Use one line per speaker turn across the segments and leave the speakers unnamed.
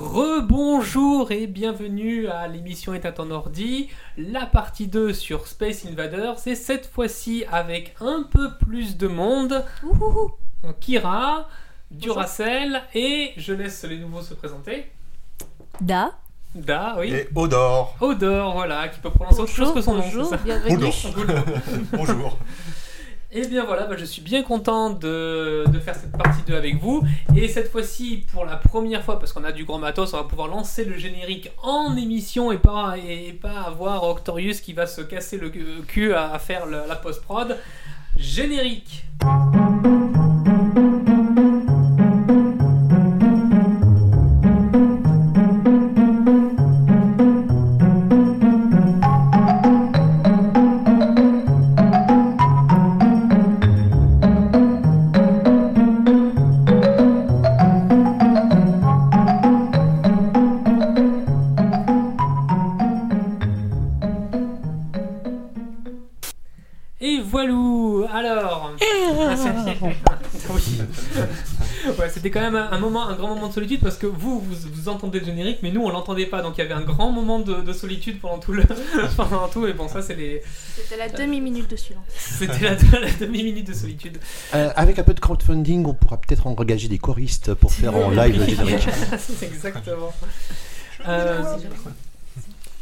Rebonjour et bienvenue à l'émission Est à ton ordi, la partie 2 sur Space Invaders et cette fois-ci avec un peu plus de monde.
Ouhouhou.
Donc, Kira, Duracell et je laisse les nouveaux se présenter.
Da.
Da, oui.
Et Odor.
Odor, voilà, qui peut prononcer autre chose que son nom. c'est
bonjour,
ça
bienvenue.
Bonjour.
Et bien voilà, bah, je suis bien content de, de faire cette partie 2 avec vous. Et cette fois-ci, pour la première fois, parce qu'on a du grand matos, on va pouvoir lancer le générique en émission et pas, et pas avoir Octorius qui va se casser le cu- cul à, à faire le- la post-prod. Générique Et voilou Alors Ah, c'est- Oui. Ouais, c'était quand même un, un moment, un grand moment de solitude parce que vous, vous, vous entendez le générique, mais nous on l'entendait pas, donc il y avait un grand moment de, de solitude pendant tout le, pendant tout. Et bon, ça c'est les,
C'était la demi-minute de silence.
c'était la, la demi-minute de solitude.
Euh, avec un peu de crowdfunding, on pourra peut-être engager des choristes pour faire en live le générique.
C'est exactement. Euh,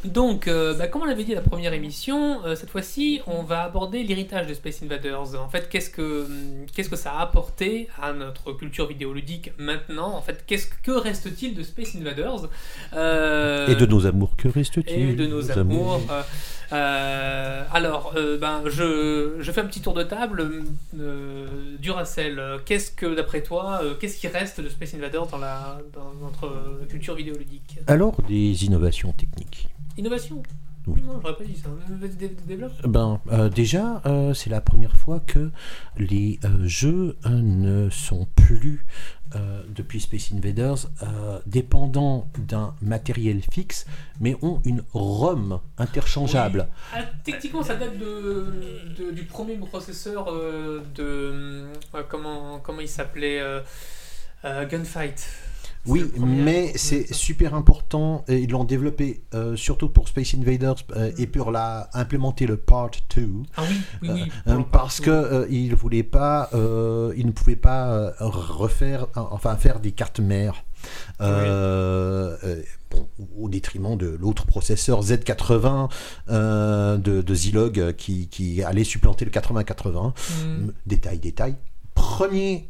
donc, euh, bah, comme on l'avait dit à la première émission, euh, cette fois-ci, on va aborder l'héritage de Space Invaders. En fait, qu'est-ce que, hum, qu'est-ce que ça a apporté à notre culture vidéoludique maintenant En fait, qu'est-ce que reste-t-il de Space Invaders Euh,
Et de nos amours, que reste-t-il
et de nos amours. Euh, euh, alors, euh, ben, je, je fais un petit tour de table. Euh, Duracell, euh, qu'est-ce que, d'après toi, euh, qu'est-ce qui reste de Space Invaders dans, la, dans notre euh, culture vidéoludique
Alors, des innovations techniques.
Innovation
Oui.
Non, j'aurais pas dit ça. Dé- dé- dé- Développe.
Ben, euh, déjà, euh, c'est la première fois que les euh, jeux euh, ne sont plus, euh, depuis Space Invaders, euh, dépendants d'un matériel fixe, mais ont une ROM interchangeable.
Ah, techniquement, ça date de, de- du premier processeur euh, de. euh, comment, comment il s'appelait euh, euh, Gunfight.
Oui,
C'est le premier hein.
mais
processeur.
c'est super important et ils l'ont développé euh, surtout pour Space Invaders
Mm.
euh, et pour la, implémenter le Part 2.
Ah oui, oui, oui.
Euh,
pour le
parce
partout.
que euh, il voulait pas, euh, il ne pouvait pas euh, refaire, euh, enfin faire des cartes mères. Euh, euh, bon, au détriment de l'autre processeur Z80 euh, de, de Zilog euh, qui, qui allait supplanter le 8080.
Hmm.
Mm. Détail, détail. Première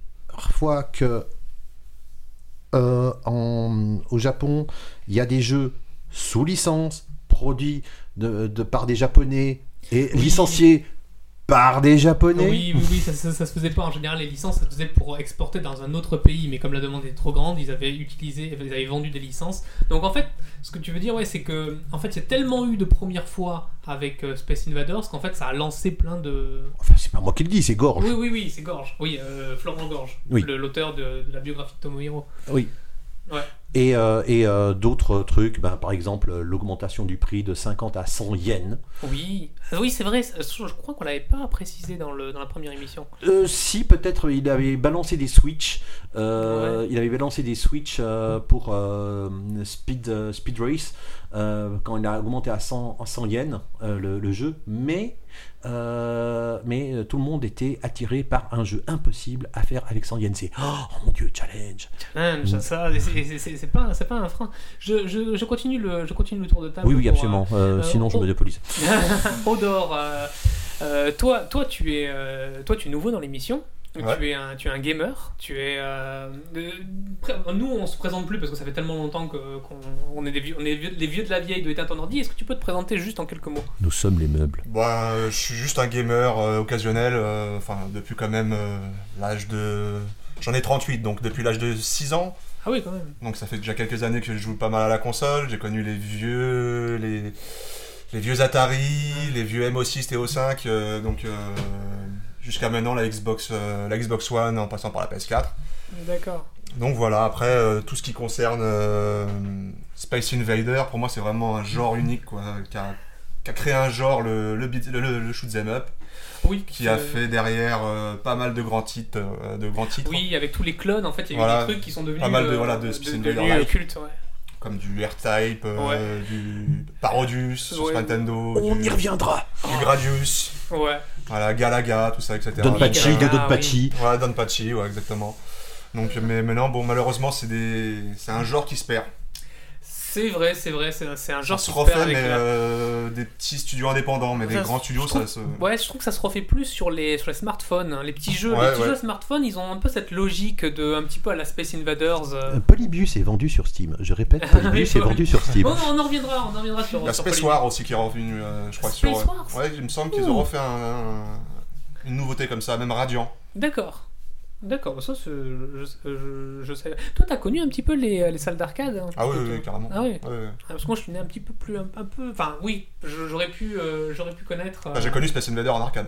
fois que euh, en- au Japon, il y a des jeux sous licence, produits de, de- par des Japonais et
Oui.
licenciés par des Japonais.
Oui, oui, oui, ça, ça- ça se faisait pas en général. Les licences, ça se faisait pour exporter dans un autre pays, mais comme la demande est trop grande, ils avaient utilisé, ils avaient vendu des licences. Donc en fait, ce que tu veux dire, ouais, c'est que en fait, c'est tellement eu de première fois avec euh, Space Invaders qu'en fait, ça a lancé plein de.
Enfin, c'est pas moi qui le dis, c'est Gorge.
Oui, oui, oui, c'est Gorge. Oui, euh, Florent Gorge,
Oui.
le- l'auteur de, de la biographie de Tomohiro.
Oui.
Ouais.
Et, euh, et, euh, d'autres trucs, ben, par exemple euh, l'augmentation du prix de 50 à 100 yens.
Oui, Ah oui, c'est vrai. ça- Je crois qu'on l'avait pas précisé dans le dans la première émission.
Euh, si peut-être il avait balancé des Switch, euh, il avait balancé des Switch euh, pour euh, Speed, euh, Speed Race euh, quand il a augmenté à 100, à 100 yens euh, le, le jeu, mais, euh, mais euh, tout le monde était attiré par un jeu impossible à faire avec 100 yens. C'est oh mon dieu, challenge!
Challenge, Ah, ça, ça, c'est- c'est c'est- c'est pas c'est pas un frein. Je, je, je continue le je continue le tour de table.
Oui, oui,
pour, euh,
absolument, euh,
euh,
sinon je
oh.
me dépolise.
Odor, euh, euh, toi, toi, tu es, euh, toi, tu es nouveau dans l'émission. Tu,
Ouais.
es un, tu es un gamer. Tu es. euh, de- pr- nous, on se présente plus parce que ça fait tellement longtemps que- qu'on on est des vieux, on est vieux- les vieux de la vieille de Éteint ton ordi. Est-ce que tu peux te présenter juste en quelques mots
Nous sommes les meubles.
Bah, euh, je suis juste un gamer euh, occasionnel, euh, enfin depuis quand même euh, l'âge de... J'en ai 38, donc depuis l'âge de 6 ans.
Ah oui, quand même.
Donc ça fait déjà quelques années que je joue pas mal à la console. J'ai connu les vieux... Les... Les vieux Atari, les vieux MO6 et O5, euh, donc euh, jusqu'à maintenant la Xbox, euh, la Xbox One en passant par la PS4.
D'accord.
Donc voilà, après, euh, tout ce qui concerne euh, Space Invader, pour moi, c'est vraiment un genre unique, quoi, qui a qui a créé un genre, le, le, beat- le- le- le shoot 'em up,
Oui,
qui a
euh,
fait derrière euh, pas mal de grands titres, euh, de grands titres
Oui, avec tous les clones, en fait, il y a eu
Voilà.
des trucs qui sont devenus.
Pas mal de-
euh,
voilà, de Spin Invader
devenus, euh,
Live.
cultes, ouais.
hein, comme du R-Type, euh, du Parodius sur
Ouais.
Nintendo,
Oh,
On
du,
y reviendra.
du Gradius,
Ouais.
voilà, Galaga, tout ça, etc.
Don
Don Pachi,
Pachi,
Gaga,
Dodo
Dodo Ah oui.
Pachi.
Pachi.
Voilà, Don Pachi, ouais, exactement. Donc, mais maintenant, bon, malheureusement, c'est des, c'est un genre qui se perd.
C'est vrai, c'est vrai, c'est un, c'est un genre
Ça se
qui se perd
refait, mais
avec la-
euh, des petits studios indépendants, mais des
Ça,
grands
je
studios,
trouve-
ça se.
Ouais, je trouve que ça se refait plus sur les, sur les smartphones. hein. Les petits jeux,
Ouais,
les petits
ouais.
jeux smartphones, ils ont un peu cette logique de un petit peu à la Space Invaders. euh.
Polybus est vendu sur Steam. Je répète, Polybus est vendu sur Steam.
Bon, on en reviendra, on en reviendra sur.
Euh, bah. La
sur
Space
Polygon.
War aussi qui est revenue, euh, je crois,
Space
sur.
Wars
ouais, il me semble qu'ils
Ouh.
ont refait un- un- une nouveauté comme ça, même Radiant.
D'accord. D'accord, bah ça, c'est- je, je, je sais. Toi, t'as connu un petit peu les, les salles d'arcade hein,
Ah oui,
plutôt,
oui,
toi.
oui, carrément.
Ah oui.
Ouais, ouais.
Ah, Parce que moi, je suis né un petit peu plus. Un, un peu. Enfin, oui, je- j'aurais pu, euh, j'aurais pu connaître. euh,
Enfin, Ah, J'ai connu Space Invader en arcade.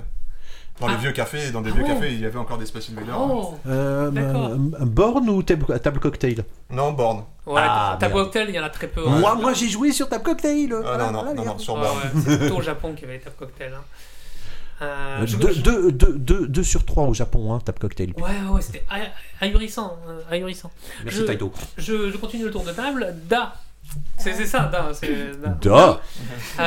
Dans
Ah.
les vieux cafés, dans des
Ah
vieux
ouais.
cafés, il y avait encore des Space Invaders.
Oh
Euh,
D'accord.
euh, borne ou table, table cocktail
Non, Born.
Oh. Ouais,
Ah,
Tabo
merde.
Cocktail, il y en a très peu.
Moi,
Ouais.
moi j'ai joué sur Table Cocktail.
Ah,
Voilà,
non, non,
voilà,
non,
les gars.
non, sur
Ouais,
Born.
ouais, c'est plutôt au Japon qu'il y avait Tap Cocktail. hein. Euh, je-
2
je-
sur 3 au Japon, hein, Table Cocktail.
Ouais, ouais, c'était ah- ahurissant. euh, ahurissant.
Merci
Je-
Taito.
Je, je continue le tour de table. Da. C'est c'est ça, Da. c'est Da.
Da
Euh,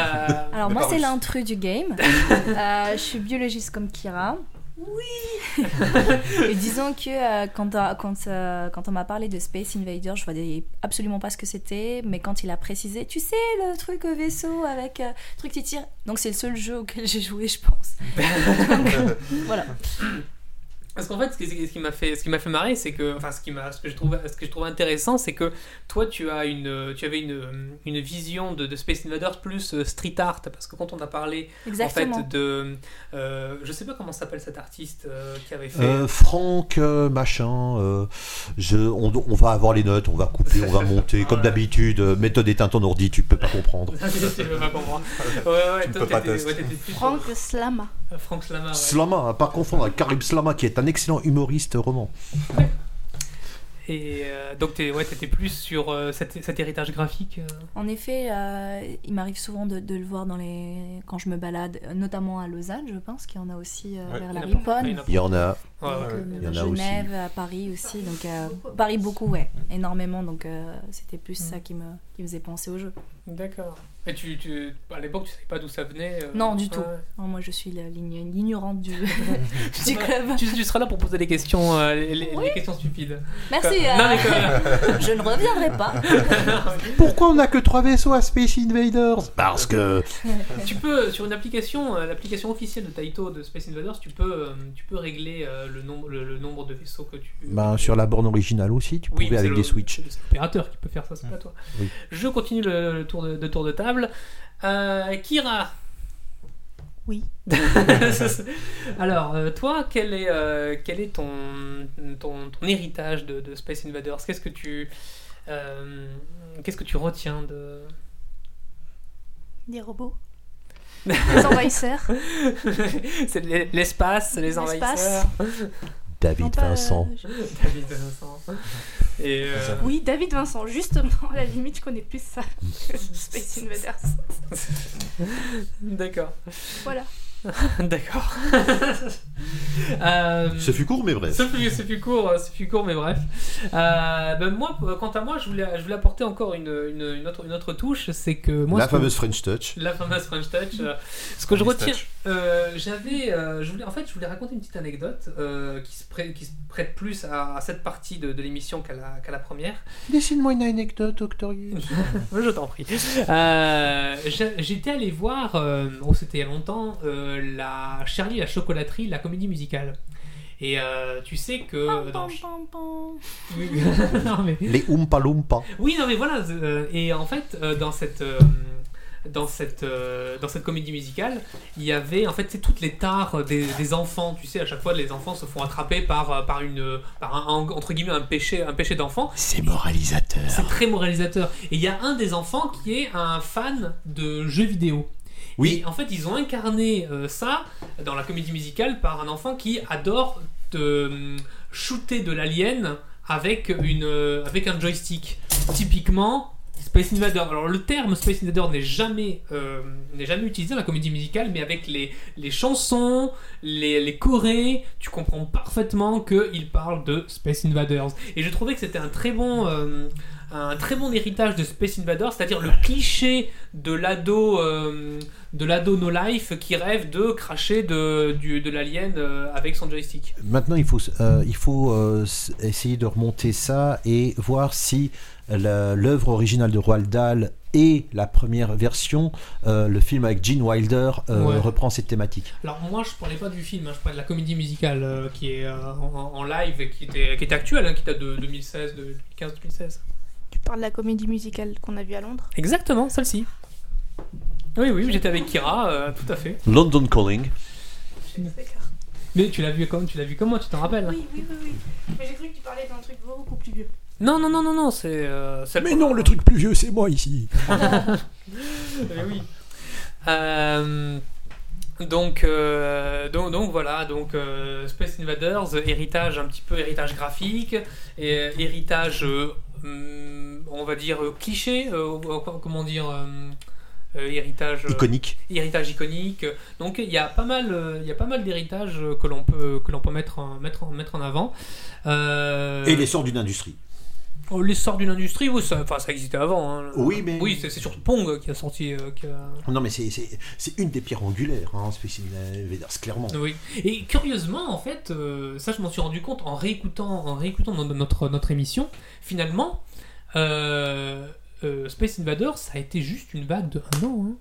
Alors
Mais
moi
pas
c'est
russe.
l'intrus du game. Euh, je suis biologiste comme Kira. Oui. Et disons que euh, quand, euh, quand, euh, quand on m'a parlé de Space Invader, je voyais absolument pas ce que c'était, mais quand il a précisé, tu sais le truc au vaisseau avec euh, le truc qui tire. Donc c'est le seul jeu auquel j'ai joué, je pense. Voilà.
Parce qu'en fait, ce qui, ce qui m'a fait, ce qui m'a fait marrer, c'est que, enfin, ce qui m'a, ce que je trouve, ce que je trouve intéressant, c'est que toi, tu as une, tu avais une, une vision de, de Space Invaders plus euh, street art, parce que quand on a parlé
Exactement.
en fait de, euh, je sais pas comment s'appelle cet artiste euh, qui avait fait.
Euh, Franck, euh, machin, euh, je, on, on va avoir les notes, on va couper, on va monter, comme
Voilà.
d'habitude. euh, méthode éteint ton ordi, tu peux pas comprendre.
tu peux pas comprendre. Ouais, ouais,
Tu ne
toi,
peux pas
t'étais-
test.
ouais, t'étais plus-
Frank Slama.
Euh, Frank Slama, ouais.
Slama, à pas confondre avec Karim Slama, qui est un excellent humoriste roman.
Et euh, donc, t'es- ouais, t'étais plus sur euh, cet, cet héritage graphique. euh.
En effet, euh, il m'arrive souvent de, de le voir dans les... quand je me balade, euh, notamment à Lausanne, je pense qu'il y en a aussi euh,
Ouais.
vers
Il y
la
en a pas-
Riponne.
il y en a pas- Ouais,
Il y en a.
ouais.
Donc,
Il y en
euh,
a aussi.
Genève, à Paris aussi. Donc, euh, Paris, beaucoup, ouais. Énormément. Donc, euh, c'était plus
Mm.
ça qui me, qui me faisait penser au jeu.
D'accord. Et tu, tu- à l'époque, tu savais pas d'où ça venait euh,
Non, du tout.
ouais.
Non, moi, je suis la- l'ign- l'ignorante du, du club.
Tu, tu seras là pour poser des questions, euh, les, les- les questions stupides.
Merci.
Non, mais
euh,
quoi-
je ne reviendrai pas.
Pourquoi on a que trois vaisseaux à Space Invaders Parce que.
tu peux, sur une application, euh, l'application officielle de Taito de Space Invaders, tu peux, euh, tu peux régler euh, le, nombre, le, le nombre de vaisseaux que tu.
Ben, sur la borne originale aussi, tu
Oui,
pouvais
c'est
avec
le-
des Switch.
C'est l'opérateur qui peut faire ça, c'est pas toi.
Oui.
Je continue le, le tour de, de tour de table. Euh, Kira.
Oui.
Alors, euh, toi, quel est, euh, quel est ton, ton, ton héritage de, de Space Invaders Qu'est-ce que tu euh, qu'est-ce que tu retiens de
Des robots. Des envahisseurs.
C'est l'e- l'espace, les envahisseurs.
L'espace. Non,
David
pas, euh,
Vincent.
je-
David Vincent. Et euh,
Ça.
Oui, David Vincent, justement. À la limite, je connais plus ça
Mm.
que Space Invaders.
d'accord,
Voilà.
d'accord. Euh,
Ce fut court, mais bref.
Ce fut, ce fut court, euh, ce fut court, mais bref. Euh, ben moi, euh, quant à moi, je voulais, je voulais apporter encore une, une, une autre, une autre touche, c'est que moi,
la
ce que-
fameuse French Touch.
la fameuse French Touch. euh, ce que je
French
retiens,
Touch.
euh, j'avais, euh, je voulais, en fait, je voulais raconter une petite anecdote euh, qui, se prête, qui se prête plus à, à cette partie de, de l'émission qu'à la, qu'à la première.
Dessine-moi une anecdote, Octorius.
Je t'en prie. Euh, j'ai- J'étais allé voir, euh, oh, c'était il y a longtemps, euh, la Charlie la chocolaterie, la comédie musicale. Et euh, tu sais que. dans- Oui, non, mais-
Les Oompa Loompa.
oui, non mais voilà. euh, et en fait, euh, dans cette euh, dans cette euh, dans cette comédie musicale, il y avait en fait c'est toutes les tares des, des enfants. Tu sais, à chaque fois, les enfants se font attraper par euh, par une par un un- entre guillemets un péché un péché d'enfant.
C'est moralisateur.
C'est très moralisateur. Et il y a un des enfants qui est un fan de jeux vidéo.
Oui.
Et en fait, ils ont incarné euh, ça dans la comédie musicale par un enfant qui adore euh, shooter de l'alien avec, une, euh, avec un joystick. Typiquement, Space Invader. Alors le terme Space Invader n'est jamais euh, n'est jamais utilisé dans la comédie musicale, mais avec les, les chansons, les, les chorés, tu comprends parfaitement qu'il parle de Space Invaders. Et je trouvais que c'était un très bon euh, un très bon héritage de Space Invaders, c'est-à-dire le cliché de l'ado euh, de l'ado No Life qui rêve de cracher de du- de l'alien euh, avec son joystick.
Maintenant, il faut, euh, il faut euh, s- essayer de remonter ça et voir si la- l'œuvre originale de Roald Dahl et la première version, euh, le film avec Gene Wilder, euh,
Ouais.
reprend cette thématique.
Alors moi je parlais pas du film, hein, je parlais de la comédie musicale euh, qui est euh, en, en live et qui était, qui était actuelle, hein, qui date de 2016, de 2015-2016.
Tu parles de la comédie musicale qu'on a vue à Londres
Exactement, celle-ci. Oui, oui, j'étais avec Kira, euh, tout à fait.
London Calling.
Mais tu l'as vu comment Tu l'as vu comment Tu t'en rappelles hein
Oui, oui, oui, oui. Mais j'ai cru que tu parlais d'un truc beaucoup plus vieux.
Non, non, non, non, non, c'est. euh, celle
Mais
qu'on-
non, le truc plus vieux, c'est moi ici.
Eh oui. Euh, donc, euh, donc, donc voilà, donc euh, Space Invaders, héritage un petit peu héritage graphique, et euh, héritage, euh, hum, on va dire euh, cliché, euh, ou- ou- comment dire, euh, euh, héritage, euh,
Iconique.
héritage iconique. Donc il y a pas mal, euh, il y a pas mal d'héritages euh, que l'on peut que l'on peut mettre en, mettre en, mettre en avant. Euh,
Et l'essor d'une industrie.
oh, l'essor d'une industrie, oui, ça, enfin ça existait avant. hein.
Oui, mais-
oui, c'est c'est surtout Pong qui a sorti, euh, qui a-
Non, mais c'est- c'est c'est une des pierres angulaires, hein, Space Invaders, clairement.
Oui. Et curieusement, en fait, euh, ça, je m'en suis rendu compte en réécoutant, en réécoutant no- notre, notre émission. Finalement, euh, euh, Space Invaders, ça a été juste une vague de un an. hein.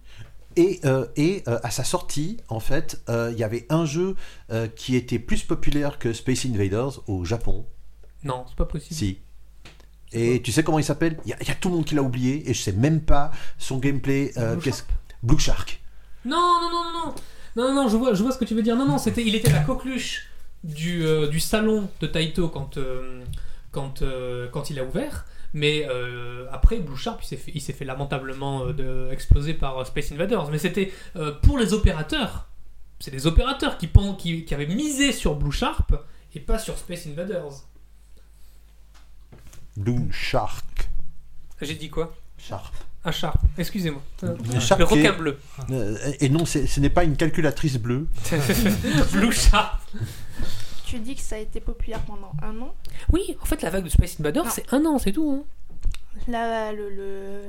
Et, euh, et euh, à sa sortie, en fait, euh, il y avait un jeu euh, qui était plus populaire que Space Invaders au Japon.
Non, c'est pas possible.
Si. Et tu sais comment il s'appelle Il y, a- il y a tout le monde qui l'a oublié et je sais même pas son gameplay. euh,
Blue
qu'est-ce-
Shark
Blue Shark.
Non, non, non, non, non. Non, non, non, je vois, je vois ce que tu veux dire. Non, non, c'était, il était la coqueluche du, euh, du salon de Taito quand, euh, quand, euh, quand il a ouvert. Mais euh, après, Blue Sharp, il s'est fait, il s'est fait lamentablement euh, de- exploser par euh, Space Invaders. Mais c'était euh, pour les opérateurs. C'est les opérateurs qui, pen- qui, qui avaient misé sur Blue Sharp et pas sur Space Invaders.
Blue Shark.
J'ai dit quoi
Sharp.
Un Sharp, excusez-moi.
Sharp
Le
qui est-
requin bleu.
euh, et non, c'est- ce n'est pas une calculatrice bleue.
Blue Sharp.
Tu dis que ça a été populaire pendant un an.
Oui, en fait, la vague de Space Invaders,
Non.
c'est un an, c'est tout. hein.
Là, le. le-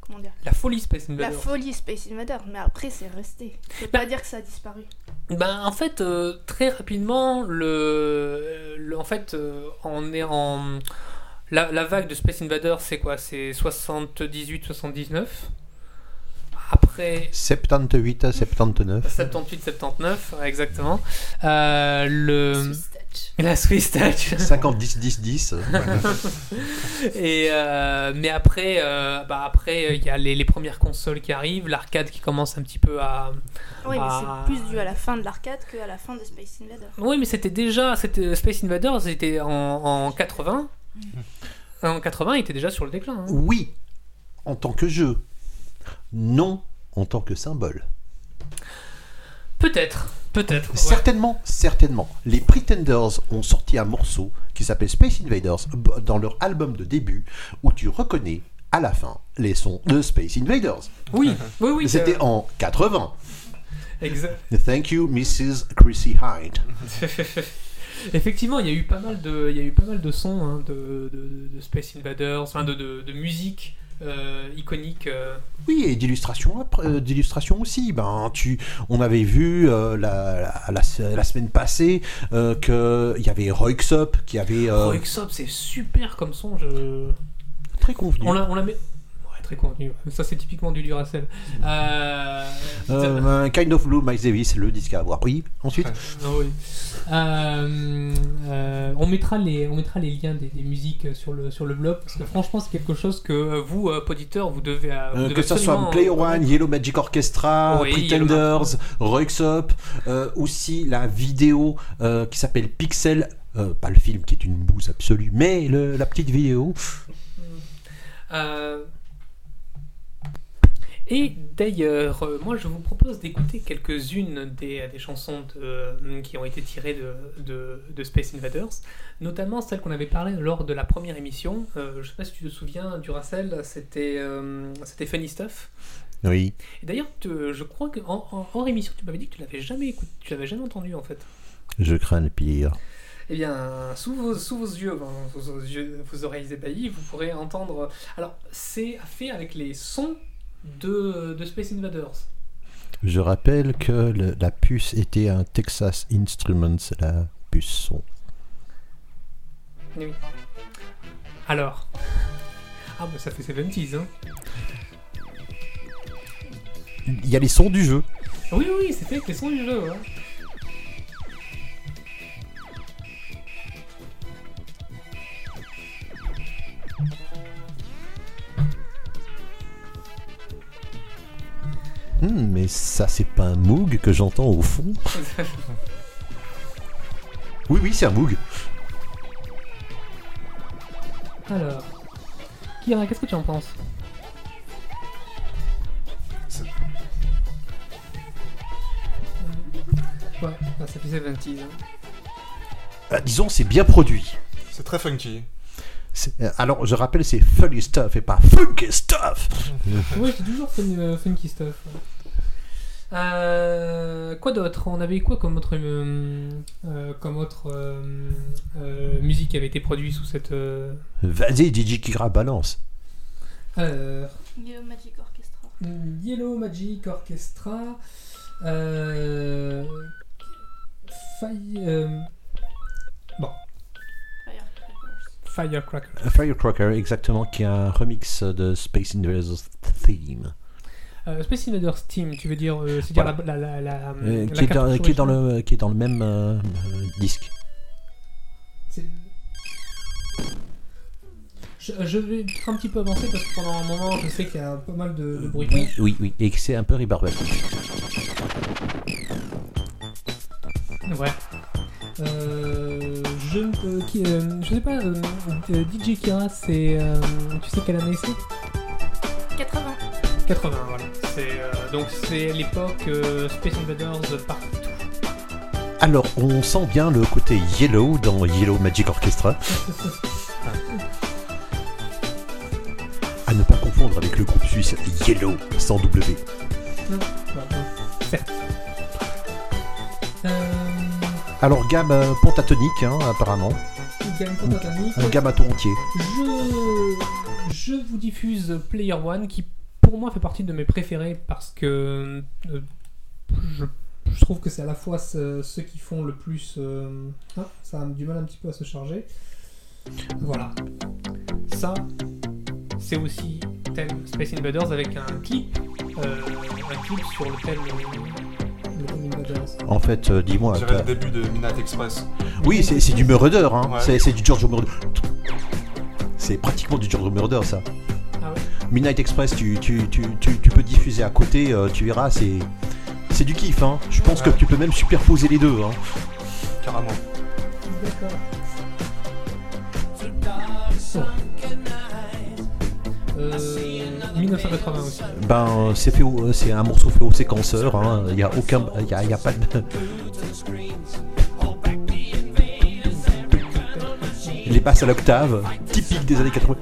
Comment dire
La folie Space
La
Invaders.
folie Space Invader, mais après c'est resté. Je peux
Bah-
pas dire que ça a disparu.
Ben, en fait, euh, très rapidement, le, le- en fait, euh, on est en la, la vague de Space Invaders, c'est quoi C'est 78-79. Après
78 à 79.
78-79, exactement. Euh, le la Swiss Touch.
50, 10, 10, 10.
Et euh, mais après, euh, bah après, il y a les, les premières consoles qui arrivent, l'arcade qui commence un petit peu à,
Oui,
Ah.
mais c'est plus dû à la fin de l'arcade que à la fin de Space Invader.
Oui, mais c'était déjà c'était euh, Space Invaders était en, en 80. En 80, il était déjà sur le déclin. hein.
Oui, en tant que jeu. Non, en tant que symbole.
Peut-être, peut-être. ouais.
Certainement, certainement. Les Pretenders ont sorti un morceau qui s'appelle Space Invaders b- dans leur album de début où tu reconnais à la fin les sons de Space Invaders.
Oui, oui, oui.
C'était
euh,
en 80.
exa-
Thank you, Mrs. Chrissy Hyde.
Effectivement, il y a eu pas mal de, il y a eu pas mal de sons hein, de, de- de Space Invaders, enfin de, de, de musique euh, iconique. euh.
Oui, et d'illustration après- euh, d'illustration aussi. Ben, tu, on avait vu euh, la, la, la- la semaine passée euh, que il y avait Royxop qui avait euh,
Roixop, Oh, c'est super comme son. Je...
très convenu.
On la, on la met. Ouais, très contenu. Ça, c'est typiquement du Duracell. Euh...
Euh, kind of Blue, Miles Davis, le disque à avoir pris. Ensuite,
Ah oui. Euh, euh, on, mettra les, on mettra les liens des, des musiques sur le, sur le blog parce que franchement c'est quelque chose que euh, vous, euh, auditeurs, vous devez... euh, vous
Euh,
devez
que ce soit
absolument- euh,
Player One, Yellow Magic Orchestra,
Oui,
Pretenders, Royxop, euh, aussi la vidéo euh, qui s'appelle Pixel, euh, pas le film qui est une bouse absolue, mais le- la petite vidéo.
Euh, Et d'ailleurs, euh, moi je vous propose d'écouter quelques-unes des, des chansons de- euh, qui ont été tirées de, de- de Space Invaders, notamment celle qu'on avait parlé lors de la première émission. Euh, je sais pas si tu te souviens, Duracell, c'était euh, c'était Funny Stuff.
Oui.
Et d'ailleurs, te- je crois que en, en- hors émission, tu m'avais dit que tu l'avais jamais écouté, tu l'avais jamais entendu en fait.
Je crains le pire.
Eh bien, sous vos, sous vos yeux, enfin, vos, vos yeux, vos oreilles ébahies, vous pourrez entendre. Alors, c'est fait avec les sons de, de Space Invaders.
Je rappelle que le- la puce était un Texas Instruments, la puce son.
Oui. Alors. Ah, bah ça fait 70s, hein.
Il y a les sons du jeu.
Oui, oui, c'était avec les sons du jeu, hein.
Hmm, mais ça, c'est pas un Moog que j'entends au fond. Oui, oui, c'est un Moog.
Alors. Kira, qu'est-ce que tu en penses
C'est-
Ouais, bah, ça fait 70s. hein.
Ah, disons, c'est bien produit.
C'est très funky.
C'est- euh, Alors, je rappelle, c'est funny stuff et pas funky stuff.
Ouais, j'ai toujours fun, euh, funky stuff. ouais. Euh, quoi d'autre On avait quoi comme autre, euh, euh, comme autre euh, euh, musique qui avait été produite sous cette. euh,
Vas-y, DJ Kira balance.
euh,
Yellow Magic Orchestra.
Yellow Magic Orchestra, euh, Fi- euh,
Firecrackers.
Firecracker.
Firecracker, exactement, qui est un remix de Space Invaders Theme.
Euh, Space Invaders Team, tu veux dire, euh, c'est-à-dire la, la, la, la,
Euh,
la
qui, est dans,
cartouche
qui est dans
originale
le, qui est dans le même euh, euh, disque.
C'est- Je, je vais être un petit peu avancer parce que pendant un moment, je sais qu'il y a pas mal de, de bruit.
Oui, oui, oui. Et que c'est un peu rébarbatif.
Ouais. Euh, je ne peux- qui- euh, je sais pas, euh, euh, DJ Kira, c'est. euh, tu sais quelle année c'est
80.
80, voilà. C'est, euh, donc c'est l'époque euh, Space Invaders partout.
Alors, on sent bien le côté yellow dans Yellow Magic Orchestra, à ne pas confondre avec le groupe suisse Yellow, sans W.
Bah, bon, certes. Euh,
Alors, gamme euh, pentatonique, hein, apparemment.
gamme pentatonique.
Un gamme à tour entier.
Je, je vous diffuse Player One qui pour moi fait partie de mes préférés parce que euh, je, je trouve que c'est à la fois ce- ceux qui font le plus... euh, ah, ça a du mal un petit peu à se charger. Voilà. Ça, c'est aussi thème Space Invaders avec un clip. euh, un clip sur le thème... le thème Invaders.
En fait, euh, dis-moi.
On dirait
t'as-
le début de Midnight Express.
Oui, c'est c'est du Murder, hein.
Ouais.
C'est- c'est du George Murder. C'est pratiquement du George Murder, ça.
Ah ouais
Midnight Express, tu, tu, tu, tu, tu peux diffuser à côté, euh, tu verras, c'est. C'est du kiff, hein. Je pense
Ouais.
que tu peux même superposer les deux, hein.
Carrément.
D'accord. Euh, 1980 aussi.
Ben, euh, c'est fait au- euh, c'est un morceau fait au séquenceur, hein. Il y a aucun, il y a, il y a pas de. Les passes à l'octave, typique des années 80.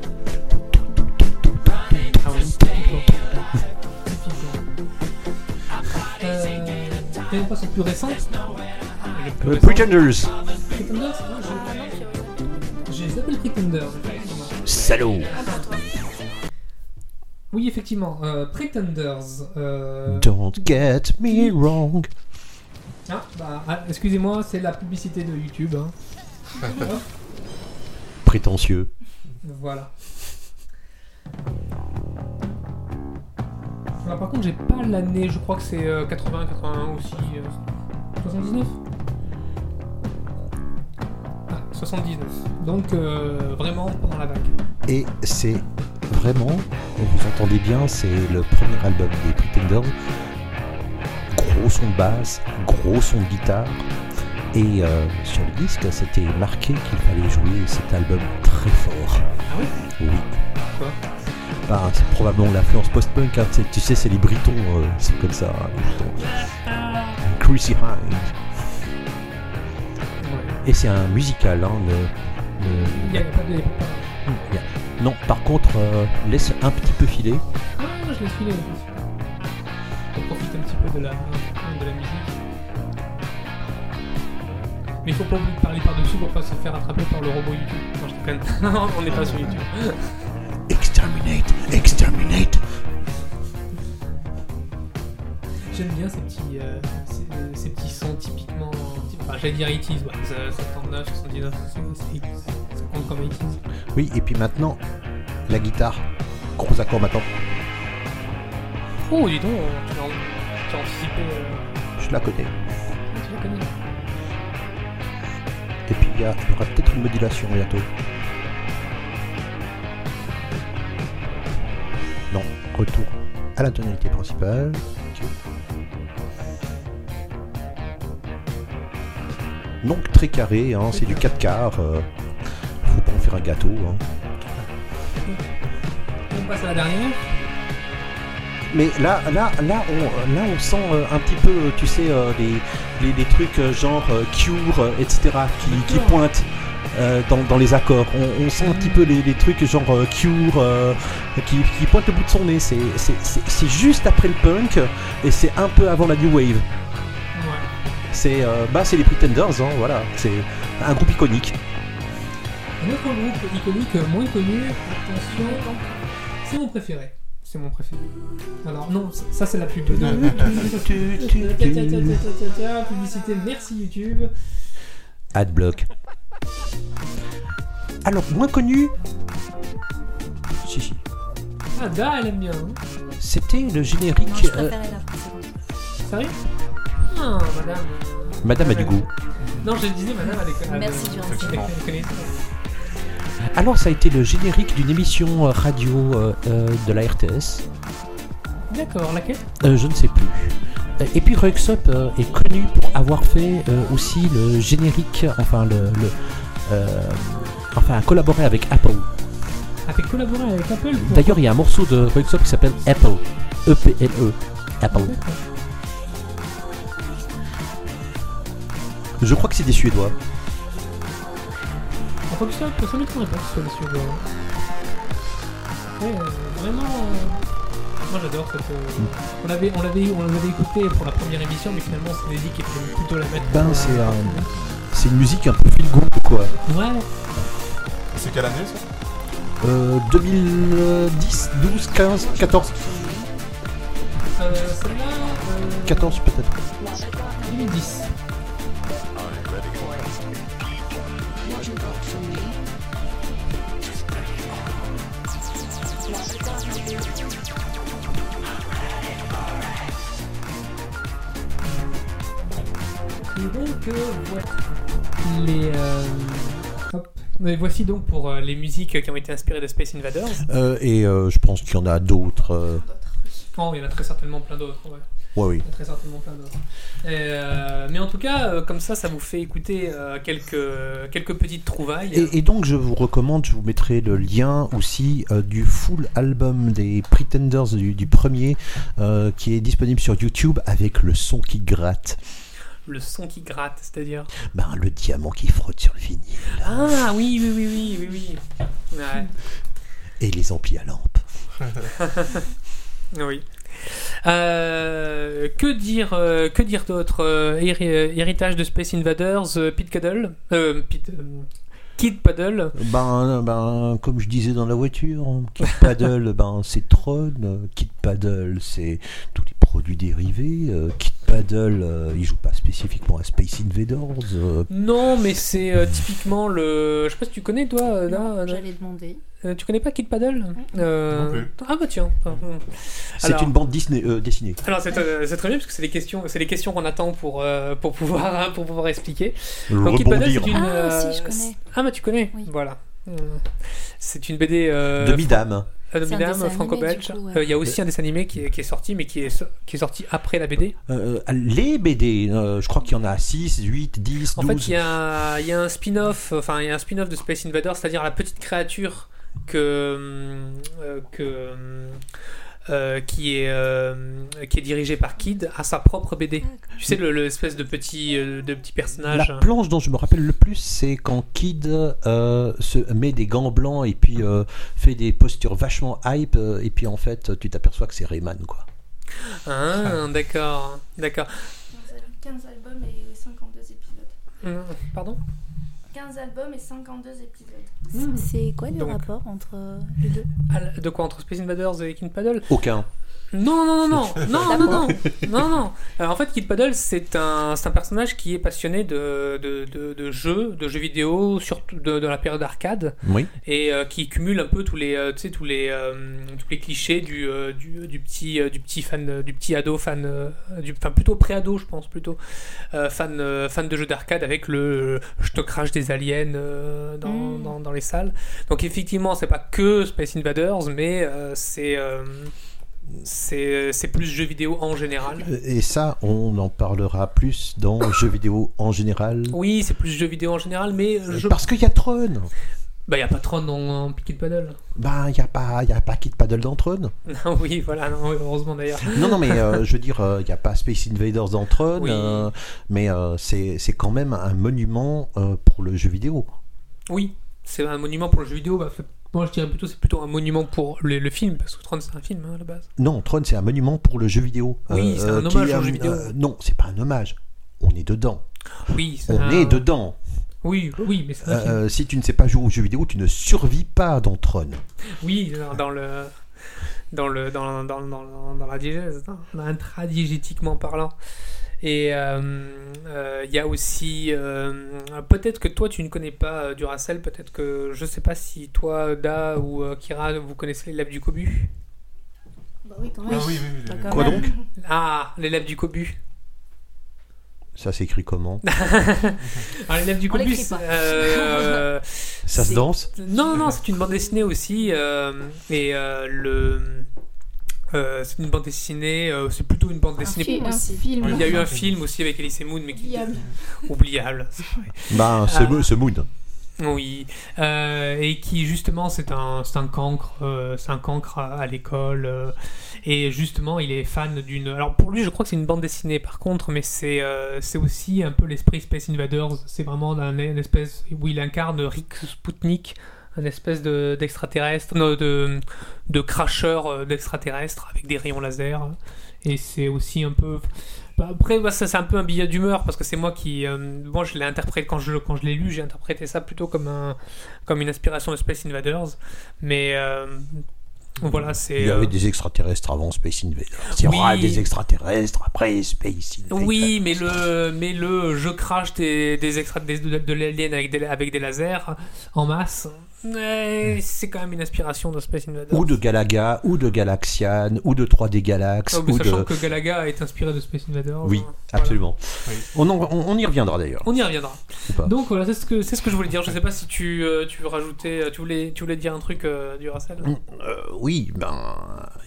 Ah oui, typiquement. Typiquement. Euh, et on passe au plus récent. Le plus
Euh,
récent,
Pretenders,
Pretenders, moi,
Ah non, j'ai regardé.
je- je les appelle Pretenders.
salaud.
Ah bah toi.
Oui, effectivement, euh, Pretenders. euh,
Don't get me wrong.
Ah, bah, ah, excusez-moi, c'est la publicité de YouTube. hein.
Prétentieux.
Voilà. Alors, Bah, par contre, j'ai pas l'année, je crois que c'est euh, 80, 81 aussi. euh, 79 Ah, 79. Donc, euh, vraiment pendant la vague.
Et c'est vraiment, vous entendez bien, c'est le premier album des Pretenders. Gros son de basse, gros son de guitare. Et euh, sur le disque, c'était marqué qu'il fallait jouer cet album très fort.
Ah oui
Oui.
Pourquoi
Enfin, c'est probablement l'influence post-punk. hein, c'est- Tu sais, c'est les Britons, euh, c'est comme ça. hein, les Britons. Chrissy Hynde. Et c'est un musical. Hein, le- le-
Il n'y a pas de. il y a pas de-
Non, par contre, euh, laisse un petit peu filer.
Ah, je l'ai filé. On profite un petit peu de la, de la musique. Mais il faut pas oublier de parler par-dessus pour pas se faire attraper par le robot YouTube. Non, je te plains. On n'est pas sur YouTube.
Exterminate, exterminate.
J'aime bien ces petits, euh, ces, ces petits sons typiquement. typ- Enfin, j'allais dire 80s, ouais. Ça- 79, 79, ça ça- ça compte comme 80s.
Oui, et puis maintenant, la guitare. Gros accord maintenant.
Oh, dis donc, tu l'as tu l'as anticipé. euh,
Je suis là à côté.
Ah, tu l'as connu.
Et puis il y, a- il y aura peut-être une modulation bientôt. Non, retour à la tonalité principale. Ok. Donc très carré, hein, c'est du 4 quarts. euh, faut pas en faire un gâteau. hein.
On passe à la dernière.
Mais là, là, là, on, là, on sent euh, un petit peu, tu sais, euh, les, les, les trucs euh, genre euh, Cure, euh, etc., qui, qui
D'accord.
pointent euh, dans, dans les accords. On, on sent un petit peu les, les trucs genre euh, Cure euh, qui, qui pointent le bout de son nez. C'est- C'est c'est- c'est juste après le punk et c'est un peu avant la new wave.
Ouais.
C'est euh, bah, c'est les Pretenders, hein, voilà. C'est un groupe iconique.
Un autre groupe iconique, euh, moins connu. Attention, c'est mon préféré. C'est mon préféré. Alors, non, ça, ça, c'est la pub. Non. Tiens, tiens, tiens, tiens, tiens, tiens, Publicité, merci YouTube.
Adblock. Alors, moins connu. Si, si.
Ah, Da, elle aime bien. hein.
C'était le
Non,
générique.
je
euh,
préférais la préférence.
Sérieux Ah, madame.
Madame a du goût.
Non, je disais, madame, elle est
Merci du
elle est-
renseignement.
elle est- elle est-
Alors, ça a été le générique d'une émission euh, radio euh, euh, de la RTS.
D'accord, laquelle
Euh, je ne sais plus. Euh, Et puis, Ruxup euh, est connu pour avoir fait euh, aussi le générique, enfin, le. le, euh, enfin, collaboré avec Apple.
A fait collaborer Ah, avec Apple pour...
D'ailleurs, il y a un morceau de Ruxup qui s'appelle Apple. E E-P-L-E. Apple.
D'accord.
Je crois que c'est des Suédois.
En fonction de son micro réponse sur les sujets. Après, euh, vraiment... euh, Moi, j'adore cette... euh, On l'avait on l'avait- on l'avait écouté pour la première émission, mais finalement, on s'est dit qu'il fallait plutôt la mettre...
Ben,
pour la-
c'est un- C'est une musique un peu feel good, quoi.
Ouais,
C'est quelle année ça
Euh, 2010, 12, 15, 14,
euh, celle-là... euh,
14 peut-être.
2010. Et donc, euh, voici les. euh, hop. Mais voici donc pour euh, les musiques qui ont été inspirées de Space Invaders.
Euh, et euh, je pense qu'il y en a d'autres. euh,
Oh, il y en a très certainement plein d'autres. ouais.
Ouais, oui.
Il y a très certainement plein d'autres. Et, euh, mais en tout cas, euh, comme ça, ça vous fait écouter euh, quelques, quelques petites trouvailles.
Et, et donc, je vous recommande, je vous mettrai le lien aussi euh, du full album des Pretenders du, du premier euh, qui est disponible sur YouTube avec le son qui gratte,
Le son qui gratte, c'est-à-dire.
ben, le diamant qui frotte sur le vinyle
Ah oui, oui, oui, oui, oui, oui. Ouais,
et les amplis à lampe.
oui. Euh, que dire, euh, que dire d'autre Euh, héri- euh, Héritage de Space Invaders, euh, Pete Cuddle, euh, Pete, euh, Kid Paddle,
Ben, ben, comme je disais dans la voiture, hein, Kid Paddle, ben, c'est Tron, euh, Kid Paddle, c'est tous les produits dérivés, euh, Kid Paddle, euh, il joue pas spécifiquement à Space Invaders, euh,
Non, mais c'est euh, typiquement le. Je sais pas si tu connais toi. euh, là,
Non,
euh,
J'allais demander.
euh, tu connais pas Kid Paddle Euh,
Non plus.
Ah bah tiens.
c'est
Alors-
une bande Disney, euh, dessinée.
Alors c'est euh, c'est très bien parce que c'est les questions, c'est les questions qu'on attend pour euh, pour pouvoir pour pouvoir expliquer. Kid Paddle,
Rebondir
c'est une,
Ah,
euh,
si, je connais.
Ah mais tu connais.
Oui.
Voilà. Euh, C'est une BD euh,
de Midam.
euh, de
C'est un
Midam,
dessin animé,
franco-belge.
du coup, ouais.
Euh, Il y a aussi un dessin animé qui est, qui est sorti mais qui est so- qui est sorti après la BD.
Euh, les BD, euh, je crois qu'il y en a 6, 8, 10, 12.
En fait, il y a il y a un spin-off, enfin il y a un spin-off de Space Invaders, c'est-à-dire la petite créature que, euh, que euh, qui est euh, qui est dirigé par Kid à sa propre BD. Tu sais le, le espèce de petit euh, de petit
La
personnage.
planche dont je me rappelle le plus, c'est quand Kid euh, se met des gants blancs et puis euh, fait des postures vachement hype, euh, et puis en fait, tu t'aperçois que c'est Rayman, quoi.
Ah, d'accord, d'accord.
15 albums et 52 épisodes.
Hum, Pardon.
15 albums et 52 épisodes.
Hmm.
C'est quoi le
Donc.
rapport entre euh, les deux
Ah, là, De quoi entre Space Invaders et Kid Paddle
Aucun.
Non, non, non, non, non, non, non, non, non. Alors, en fait, Kid Paddle, c'est un, c'est un personnage qui est passionné de, de, de, de jeux, de jeux vidéo, surtout de, de la période arcade,
Oui.
et euh, qui cumule un peu tous les, euh, tu sais, tous les, euh, tous les clichés du, euh, du, du petit, euh, du petit fan, euh, du petit ado fan, euh, du, enfin plutôt pré-ado, je pense plutôt, euh, fan, euh, fan de jeux d'arcade avec le, euh, je te crache des aliens euh, dans,
Mm.
dans, dans les salles. Donc effectivement, c'est pas que Space Invaders, mais euh, c'est euh, c'est c'est plus jeux vidéo en général.
Et ça, on en parlera plus dans jeux vidéo en général. Euh,
Oui, c'est plus jeux vidéo en général, mais je...
Parce qu'il y a Tron.
bah y a pas trop dans dans Picket Paddle.
Ben, il n'y a pas, il y a pas Kid Paddle dans Tron.
Non, oui, voilà, non, heureusement d'ailleurs.
Non, non, mais euh, je veux dire, il n'y a pas Space Invaders dans Tron,
Oui.
euh, mais euh, c'est c'est quand même un monument euh, pour le jeu vidéo.
Oui, c'est un monument pour le jeu vidéo. bah, fait- moi, je dirais plutôt c'est plutôt un monument pour le, le film parce que Tron c'est un film hein, à la base.
Non, Tron, c'est un monument pour le jeu vidéo. Euh,
Oui, c'est un
qui
hommage
est euh,
au jeu vidéo.
non, c'est pas un hommage. On est dedans.
Oui, c'est
On
un-
est dedans.
Oui, oui, mais c'est un
Euh,
film.
euh, si tu ne sais pas jouer aux jeux vidéo, tu ne survis pas dans Tron.
Oui, dans- dans le dans le dans, dans, dans, dans, dans la diégèse, hein, intradigétiquement parlant. Et euh, euh, il y a aussi euh, peut-être que toi tu ne connais pas euh, Duracell, peut-être que je sais pas si toi Da ou euh, Kira vous connaissez l'élève du cobu.
Bah oui, quand
Ah oui, oui, oui,
Pas
oui.
quand
Quoi
même.
donc
Ah, l'élève du cobu.
Ça s'écrit comment
Alors l'élève Ah, du
On
cobu.
l'écrit
c'est-
pas.
euh,
Ça se
C'est-
danse
Non, non, non, c'est une bande dessinée aussi. euh, et euh, le. euh, c'est une bande dessinée, euh, c'est plutôt une bande dessinée.
film aussi.
film.
Il y a eu un film aussi avec Elise Moon, mais qui
Liam.
oubliable.
Ben, c'est
Ah.
mo- c'est Moon.
Oui, Euh, et qui justement c'est un c'est un cancre, euh, c'est un cancre à, à l'école, euh, et justement il est fan d'une. Alors pour lui je crois que c'est une bande dessinée par contre, mais c'est euh, c'est aussi un peu l'esprit Space Invaders. C'est vraiment un, une espèce où il incarne Rick Sputnik, un espèce de d'extraterrestre, non, de de cracheur euh, d'extraterrestre avec des rayons laser, et c'est aussi un peu. Bah, Après, moi, ça c'est un peu un billet d'humeur parce que c'est moi qui, euh, moi je l'ai interprété quand je le- quand je l'ai lu, j'ai interprété ça plutôt comme un comme une inspiration de Space Invaders, mais euh, voilà c'est.
Il y
euh,
avait des extraterrestres avant Space Invaders. Il y aura
Oui.
des extraterrestres après Space Invaders.
Oui, mais le, mais le je crache des, des extra- des- de, de l'alien avec des, avec des lasers en masse, mais c'est quand même une inspiration de Space Invaders.
Hmm. Ou de Galaga, ou de Galaxian, ou de 3D Galax,
Oh, mais
ou
sachant
de...
que Galaga est inspiré de Space Invaders.
Oui,
hein, voilà.
absolument.
Oui.
On, en- on- on y reviendra d'ailleurs.
On y reviendra.
Ou pas.
Donc voilà, c'est ce que c'est ce que je voulais dire. Je sais pas si tu, euh, tu veux rajouter, euh, tu voulais tu voulais dire un truc euh, du Russell.
Euh, oui, ben,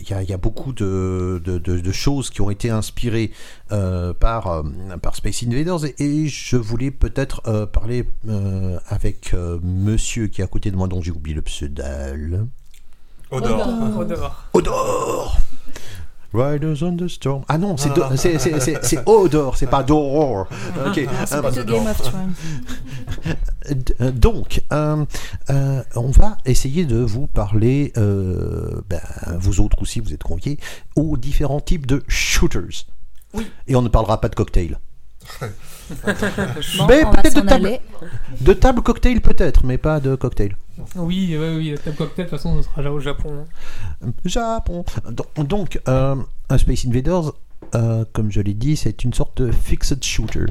il y, a- il y a beaucoup de, de- de- de choses qui ont été inspirées euh, par, euh, par Space Invaders et, et je voulais peut-être euh, parler euh, avec euh, monsieur qui est à côté de moi, dont j'ai oublié le pseudal.
Odor.
Au dehors.
Odor Riders on the Storm. Ah non, c'est
Ah.
Do- c'est- c'est- c'est- c'est Odor, c'est pas Doror. Ok.
Ah, c'est
Euh,
bah,
pas
De Game
Odor.
of Thrones.
D- euh, Donc, euh, euh, on va essayer de vous parler, euh, ben, vous autres aussi, vous êtes conviés, aux différents types de shooters.
Oui.
Et on ne parlera pas de cocktail.
Bon,
Mais
on va
peut-être de
s'en
table,
aller.
de table cocktail peut-être, mais pas de cocktail.
Oui, oui, oui, la table cocktail, de toute façon, on sera au Japon. hein.
Japon. Donc, donc, euh, un Space Invaders, euh, comme je l'ai dit, c'est une sorte de fixed shooter.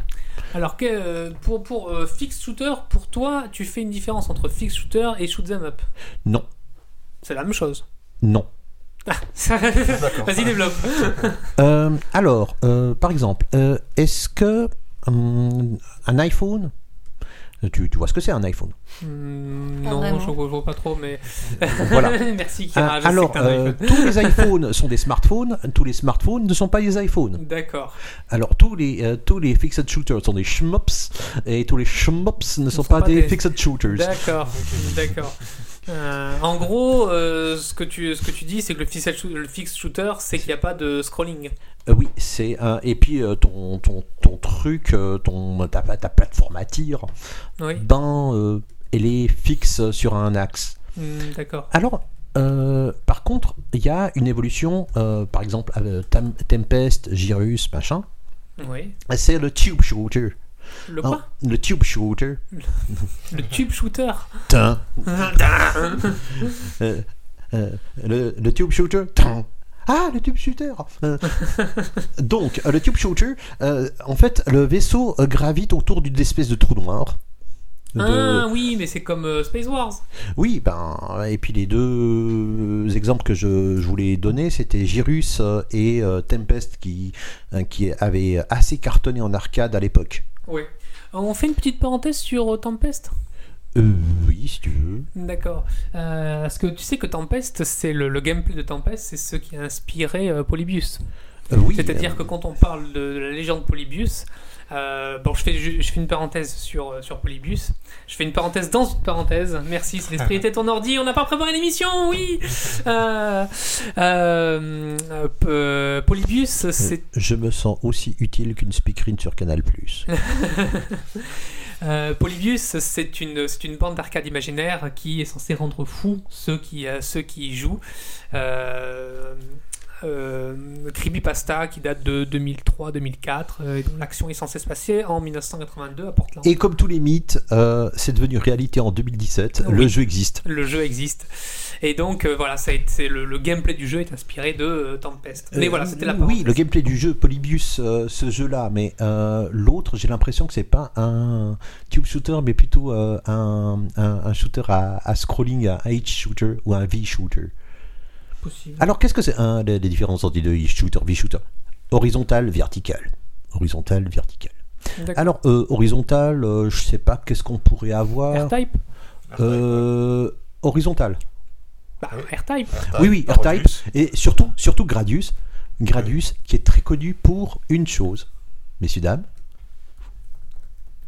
Alors que euh, pour, pour euh, fix shooter, pour toi, tu fais une différence entre fix shooter et shoot them up.
Non,
C'est la même chose.
non.
D'accord.
Vas-y, développe.
Euh, alors, euh, par exemple, euh, est-ce que hum, un iPhone Tu, tu vois ce que c'est un iPhone.
Hmm,
Pas
non,
vraiment.
je ne vois pas trop, mais.
Voilà.
Merci,
Euh,
Kira. je sais
alors,
que t'as un
euh,
iPhone.
tous les iPhones sont des smartphones, tous les smartphones ne sont pas des iPhones.
D'accord.
Alors, tous les, euh, tous les fixed shooters sont des shmups, et tous les shmups ne sont pas, des, fixed shooters.
D'accord. D'accord. Euh, en gros, euh, ce, que tu, ce que tu dis, c'est que le fixed shoo- le fixed shooter, c'est qu'il n'y a pas de scrolling.
Euh, oui, c'est un. Et puis, euh, ton, ton, ton truc, euh, ton, ta, ta plateforme à tir,
Oui.
ben, euh, elle est fixe sur un axe.
Hmm, D'accord.
Alors, euh, par contre, il y a une évolution, euh, par exemple, euh, Tem- Tempest, Gyrus, machin,
Oui.
c'est le tube shooter.
Le
Non,
quoi
le tube shooter.
Le tube shooter. Ah,
Tin. Euh, euh, le, le tube shooter. Tin. Ah, le tube shooter Euh, Donc, euh, le tube shooter, euh, en fait, le vaisseau euh, gravite autour d'une espèce de trou noir. De-
Ah oui, mais c'est comme euh, Space Wars.
Oui, ben, et puis les deux exemples que je, je voulais donner, c'était Gyrus euh, et euh, Tempest qui, euh, qui avaient assez cartonné en arcade à l'époque.
Oui. Euh, On fait une petite parenthèse sur euh, Tempest.
Euh, oui, si tu veux.
D'accord. Euh, Est-ce que tu sais que Tempest, c'est le, le gameplay de Tempest, c'est ce qui a inspiré euh, Polybius.
Euh, oui,
C'est-à-dire
euh,
que quand on parle de, de la légende Polybius, euh, bon, je fais, ju- je fais une parenthèse sur, euh, sur Polybius. Je fais une parenthèse dans une parenthèse. Merci, c'est l'esprit était ton ordi. On n'a pas préparé l'émission, oui. Euh, euh, euh, p- euh, Polybius,
Mm.
c'est
Je me sens aussi utile qu'une speakerine sur Canal+.
Euh, Polybius, c'est une, c'est une bande d'arcade imaginaire qui est censée rendre fou ceux qui, euh, ceux qui y jouent. Euh, euh, Creepypasta qui date de 2003-2004 euh, et dont l'action est censée se passer en 1982 à Portland.
Et comme tous les mythes, euh, c'est devenu réalité en 2017.
Oui.
Le jeu existe.
Le jeu existe. Et donc euh, voilà, ça a été- c'est le, le gameplay du jeu est inspiré de euh, Tempest. Mais
Euh,
voilà, c'était la
Oui,
parenthèse.
le gameplay du jeu Polybius, euh, ce jeu-là, mais euh, l'autre, j'ai l'impression que c'est pas un tube shooter, mais plutôt euh, un, un- un shooter à, à scrolling, un H shooter ou un V shooter.
Possible.
Alors qu'est-ce que c'est un, les, les différences entre les deux H shooter, V shooter Horizontal, vertical. Horizontal, vertical.
D'accord.
Alors euh, horizontal, euh, je sais pas qu'est-ce qu'on pourrait avoir.
R-Type
Euh, horizontal.
Bah, R-Type.
Oui, oui, R-Type. Et surtout, surtout Gradius. Gradius, qui est très connu pour une chose. Messieurs, dames.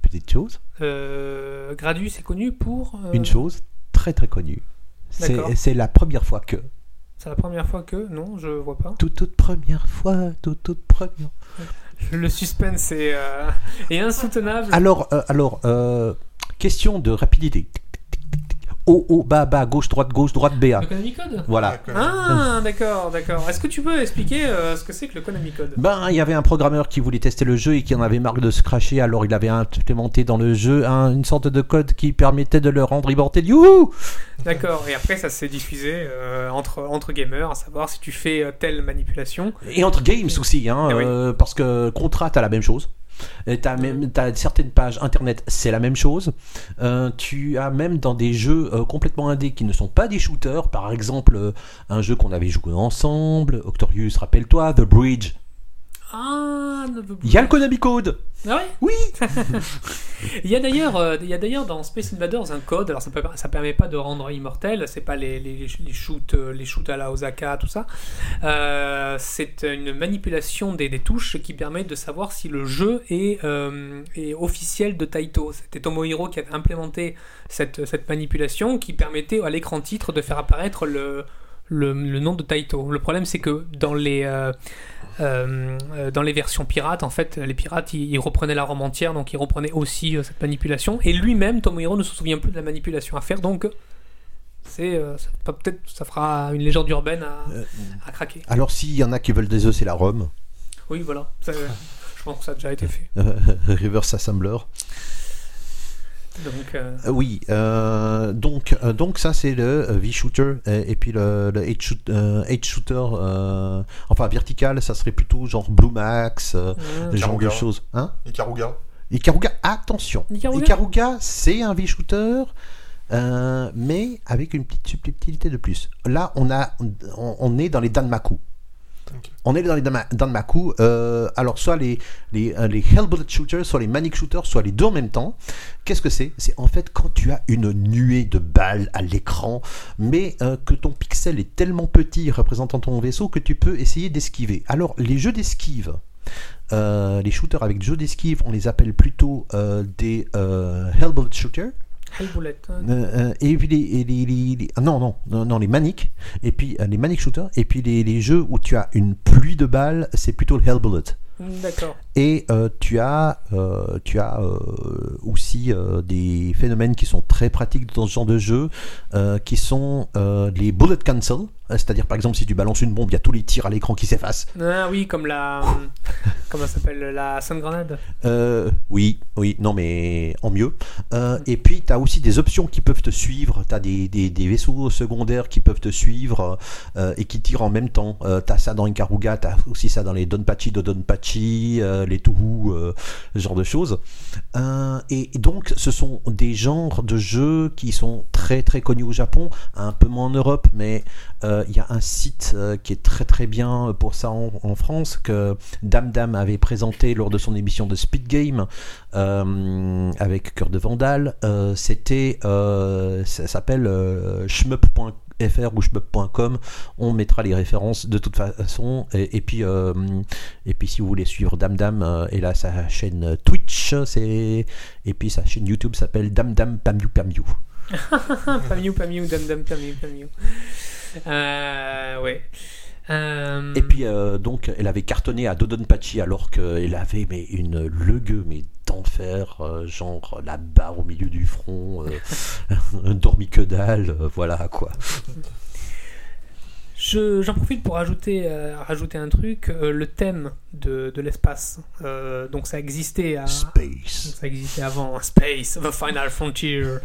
Petite chose.
Euh, Gradus est connu pour. euh,
Une chose très très connue.
D'accord.
C'est c'est la première fois que.
C'est la première fois que. Non, je vois pas.
Toute toute première fois, toute toute première.
Le suspense est, euh, est insoutenable.
Alors, euh, alors euh, question de rapidité. Haut, haut, bas, bas, gauche, droite, gauche, droite, BA.
Le Konami Code
Voilà.
euh,
Ah, d'accord, d'accord. Est-ce que tu peux expliquer euh, ce que c'est que le Konami Code
Ben, il y avait un programmeur qui voulait tester le jeu et qui en avait marre de se cracher, alors il avait implémenté dans le jeu un- une sorte de code qui permettait de le rendre immortel. Youhou
D'accord, et après ça s'est diffusé euh, entre, entre gamers, à savoir si tu fais euh, telle manipulation.
Et entre games aussi, hein,
Eh oui.
euh, parce que contrat, t'as la même chose. Et T'as même t'as certaines pages internet, c'est la même chose. Euh, tu as même dans des jeux euh, complètement indés qui ne sont pas des shooters, par exemple euh, un jeu qu'on avait joué ensemble, Octorius, rappelle-toi, The Bridge.
Ah, ne
Il y a le Konami Code.
Ah ouais
Oui.
Il y a d'ailleurs, euh, il y a d'ailleurs dans Space Invaders un code. Alors ça, peut, ça permet pas de rendre immortel. C'est pas les, les, les shoots, euh, les shoots à la Osaka, tout ça. Euh, c'est une manipulation des, des touches qui permet de savoir si le jeu est, euh, est officiel de Taito. C'était Tomohiro qui avait implémenté cette, cette manipulation qui permettait à l'écran titre de faire apparaître le le, le nom de Taito. Le problème, c'est que dans les euh, euh, euh, dans les versions pirates, en fait, les pirates, ils, ils reprenaient la Rome entière, donc ils reprenaient aussi euh, cette manipulation. Et lui-même, Tomohiro ne se souvient plus de la manipulation à faire, donc c'est euh, ça- pas- peut-être ça fera une légende urbaine à,
Euh,
à craquer.
Alors s'il y en a qui veulent des œufs, c'est la Rome.
Oui, voilà. Ça, euh, je pense que ça a déjà été fait.
Euh, Reverse Assembler.
Donc, euh,
Euh, Oui, euh, donc, euh, donc ça c'est le euh, V-shooter et, et puis le, le H shoot- euh, H shooter, euh, enfin vertical, ça serait plutôt genre Blue Max, euh,
euh,
ce genre de
Ikaruga.
choses. Hein
Ikaruga.
Ikaruga, attention
Ikaruga
Ikaruga, c'est un V-shooter, euh, mais avec une petite subtilité de plus. Là, on, a, on, on est dans les Danmaku. On est dans les Danma- Danmaku. euh, alors, soit les, les, euh, les Hell Bullet Shooters, soit les Manic Shooters, soit les deux en même temps. Qu'est-ce que c'est C'est en fait quand tu as une nuée de balles à l'écran, mais euh, que ton pixel est tellement petit représentant ton vaisseau que tu peux essayer d'esquiver. Alors, les jeux d'esquive. euh, les shooters avec jeux d'esquive, on les appelle plutôt euh, des euh, Hell Bullet Shooters.
Quelle boulette. hein.
Euh, euh, et puis les, et les- les- les- ah non, non, non, non, les maniques, et puis euh, les manic shooters, et puis les, les jeux où tu as une pluie de balles, c'est plutôt le Hell Bullet.
Mm, D'accord.
Et euh, tu as, euh, tu as euh, aussi euh, des phénomènes qui sont très pratiques dans ce genre de jeu, euh, qui sont euh, les bullet cancel, euh, c'est-à-dire par exemple si tu balances une bombe, il y a tous les tirs à l'écran qui s'effacent.
Ah oui, comme la. Comment ça s'appelle La sainte grenade.
Euh, oui, oui, non, mais en mieux. Euh, et puis, tu as aussi des options qui peuvent te suivre. Tu as des, des- des vaisseaux secondaires qui peuvent te suivre euh, et qui tirent en même temps. tu as ça dans Ikaruga, tu as aussi ça dans les Donpachi de Donpachi, euh, les Touhou, euh, ce genre de choses. Euh, et donc, ce sont des genres de jeux qui sont très très connus au Japon, un peu moins en Europe, mais euh, il y a un site euh, qui est très très bien pour ça en, en France que Dame Dame avait présenté lors de son émission de Speed Game euh, avec Cœur de Vandal. Euh, C'était, euh, ça s'appelle euh, shmup.fr ou shmup.com, on mettra les références de toute façon et, et puis euh, et puis si vous voulez suivre Dame Dame euh, elle a sa chaîne Twitch c'est et puis sa chaîne YouTube s'appelle Dame Dame Pamiu Pamiu
Ah, Pamiou, Pamiou, Dam Dam, Pamiou, Pamiou. Euh, ouais. Euh,
Et puis euh, donc elle avait cartonné à Dodonpachi alors qu'elle avait mais une legueux mais d'enfer, euh, genre la barre au milieu du front, euh, dormi que dalle, euh, voilà quoi.
Je- J'en profite pour ajouter, euh, rajouter un truc, euh, le thème de, de l'espace. Euh, donc ça existait, à-
Space.
ça existait avant, hein, Space, The Final Frontier. Euh,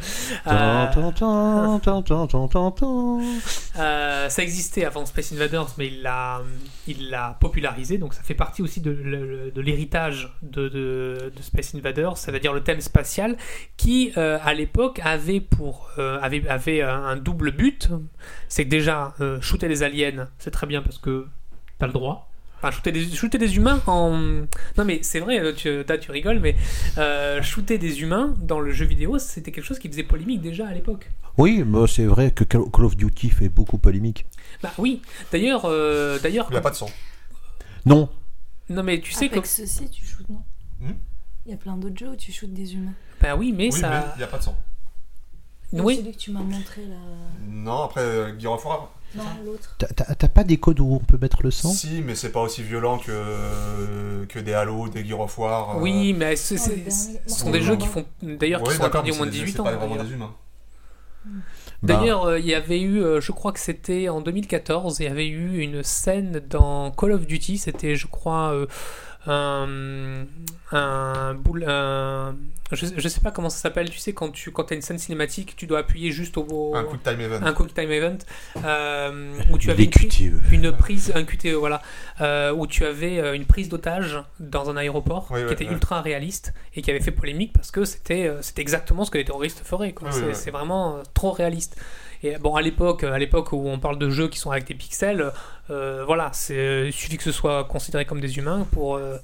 Tan, tan, tan, tan, tan, tan, tan, tan.
euh, ça existait avant Space Invaders, mais il l'a il l'a popularisé, donc ça fait partie aussi de, le- de l'héritage de, de- de Space Invaders, c'est-à-dire le thème spatial, qui euh, à l'époque avait, pour, euh, avait, avait un un double but, c'est que déjà, euh, shooter des aliens, c'est très bien parce que t'as le droit. Enfin, shooter des, shooter des humains en. Non, mais c'est vrai, euh, tu, t'as- tu rigoles, mais euh, shooter des humains dans le jeu vidéo, c'était quelque chose qui faisait polémique déjà à l'époque.
Oui, mais c'est vrai que Call Call of Duty fait beaucoup polémique.
Bah oui, d'ailleurs. euh, d'ailleurs
Il n'y a pas de son.
Non,
Non, mais tu sais
Avec
que.
ceci, tu shootes, non
Hmm
Il y a plein d'autres jeux où tu shootes des humains.
Bah oui, mais
Oui, mais
ça.
il n'y a pas de son.
Comme
Oui.
Celui que tu m'as montré là.
Non, après, euh, Gear of War.
Non, l'autre.
t'as- t'as t'as pas des codes où on peut mettre le sang
Si, mais c'est pas aussi violent que, que des Halo, des Gear of War. euh.
Oui, mais c'est-
Oh,
c'est-
le dernier.
ce sont
Non,
des
non,
jeux
non.
qui font. D'ailleurs,
Ouais,
qui sont
d'accord,
interdits
mais
au moins de
c'est des-
18
C'est
ans.
pas vraiment
d'ailleurs.
des Bah. humains.
Bah,
D'ailleurs, euh, il y avait eu, euh, je crois que c'était en 2014, il y avait eu une scène dans Call of Duty, c'était, je crois, euh, un, un, boule- un- je, je sais pas comment ça s'appelle, tu sais, quand tu quand as une scène cinématique, tu dois appuyer juste au... au-
Un quick time event.
un quick time event, euh, où tu
Bah,
avais
les
une, pri-
QTE.
une prise, un QTE, voilà, euh, où tu avais euh, une prise d'otage dans un aéroport
Oui,
qui
oui,
était
oui.
ultra réaliste et qui avait fait polémique parce que c'était euh, c'était exactement ce que les terroristes feraient. quoi.
Oui,
c'est
oui, oui.
c'est vraiment euh, trop réaliste. Et euh, bon, à l'époque, à l'époque où on parle de jeux qui sont avec des pixels, euh, voilà, c'est il suffit que ce soit considéré comme des humains pour euh,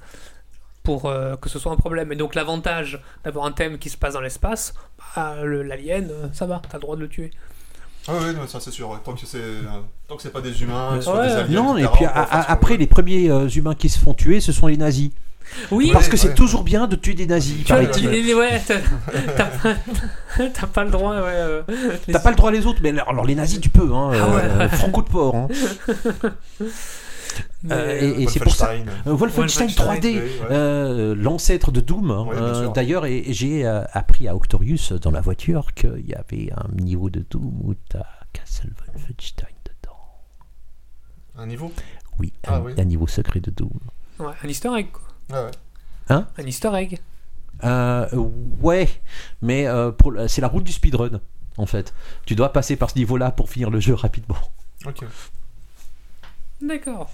pour euh, que ce soit un problème. Et donc l'avantage d'avoir un thème qui se passe dans l'espace, bah, le- l'alien, euh, ça va, t'as le droit de le tuer.
Ah oui, non, ça c'est sûr. Tant que c'est euh, tant que c'est pas des humains, ce sont
Ouais.
des aliens,
Non, et
etc.,
puis
on peut
a-
faire ce
a-
qu'on
après,
veut.
les premiers euh, humains qui se font tuer, ce sont les nazis.
Oui,
Parce que
Ouais,
c'est
ouais.
toujours bien de tuer des nazis,
Tu vois,
paraît-il.
il- il- ouais, t'as t'as pas, t'as pas le droit, ouais. euh, les-
T'as pas le droit les autres, mais alors alors les nazis tu peux, hein,
Ah ouais.
euh, franco de porc. hein.
mais,
euh,
euh,
et- et c'est pour ça-
Wolfenstein.
Euh, Wolfenstein
Wolfenstein,
3D,
oui, ouais.
euh, l'ancêtre de Doom.
Oui, bien
euh,
sûr.
D'ailleurs, et, et j'ai euh, appris à Octorius euh, dans la voiture qu'il y avait un niveau de Doom où t'as Castle Wolfenstein dedans.
Un niveau
Oui,
Ah
un,
oui.
un niveau secret de Doom.
ouais, un easter egg, quoi.
Ah Ouais, ouais.
Un easter egg.
Euh, ouais, mais euh, pour le- c'est la route du speedrun en fait. Tu dois passer par ce niveau-là pour finir le jeu rapidement.
Ok.
D'accord.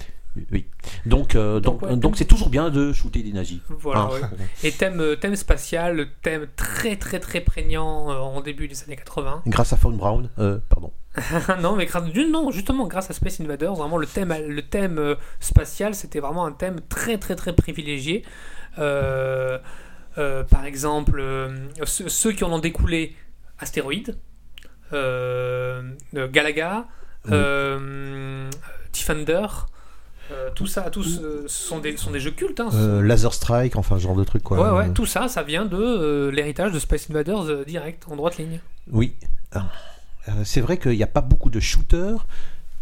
Oui.
Donc, euh, donc,
Donc, ouais.
donc c'est toujours bien de shooter des nazis.
Voilà,
Ah.
ouais. Et thème, euh, thème spatial, thème très très très prégnant euh, en début des années 80.
Grâce à Fawn Brown, euh, pardon.
non, mais grâce, d'une- non, justement, grâce à Space Invaders, vraiment le thème, le thème euh, spatial, c'était vraiment un thème très très très privilégié. Euh, euh, par exemple, euh, ceux, ceux qui en ont découlé, astéroïdes, euh, euh, Galaga, euh, Tifander, euh, tout ça, tous euh, ce sont des, sont des jeux cultes. hein, ce
Euh, Laser Strike, enfin ce genre de truc quoi.
Ouais, ouais,
Euh,
tout ça, ça vient de euh, l'héritage de Space Invaders euh, direct, en droite ligne.
Oui. Ah. Euh, C'est vrai qu'il n'y a pas beaucoup de shooters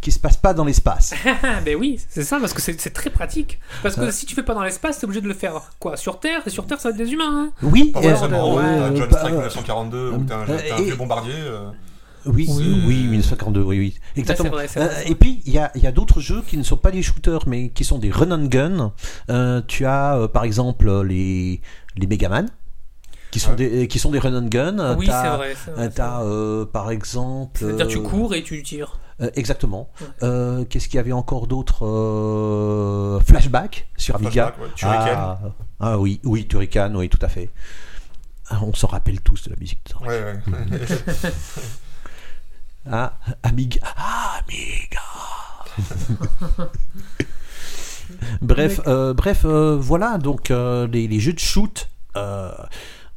qui se passent pas dans l'espace.
Ah, ben oui, c'est ça, parce que c'est c'est très pratique. Parce que
Ouais.
si tu fais pas dans l'espace, t'es obligé de le faire quoi Sur Terre, et sur Terre, ça va être des humains. hein.
Oui,
Pas
euh,
forcément,
euh,
t'as John
pas-
Strike 1942 où t'as un,
euh,
t'as un
et-
vieux bombardier. euh,
Oui, euh,
Oui.
oui, 1942, oui, oui. Exactement.
vrai, c'est vrai,
Euh,
c'est vrai.
et puis, il y a, il y a d'autres jeux qui ne sont pas des shooters, mais qui sont des run and gun. Euh, tu as, euh, par exemple, euh, les, les Megaman, qui sont,
Ouais.
des, qui sont des run and gun. Euh,
Ah oui,
t'as-
c'est vrai. c'est vrai,
euh,
c'est
T'as,
vrai.
euh, par exemple...
C'est-à-dire, tu
euh,
cours et tu tires.
euh, exactement.
Ouais.
Euh, Qu'est-ce qu'il y avait encore d'autre Euh, Flashback sur Amiga.
flashback, ouais, Turrican.
Ah, ah oui, oui, Turrican, oui, tout à fait. Ah, On s'en rappelle tous de la musique de Turrican.
Ouais, ouais.
Ah, Amiga. Ah, Amiga. bref, euh, bref euh, voilà, donc euh, les, les jeux de shoot euh,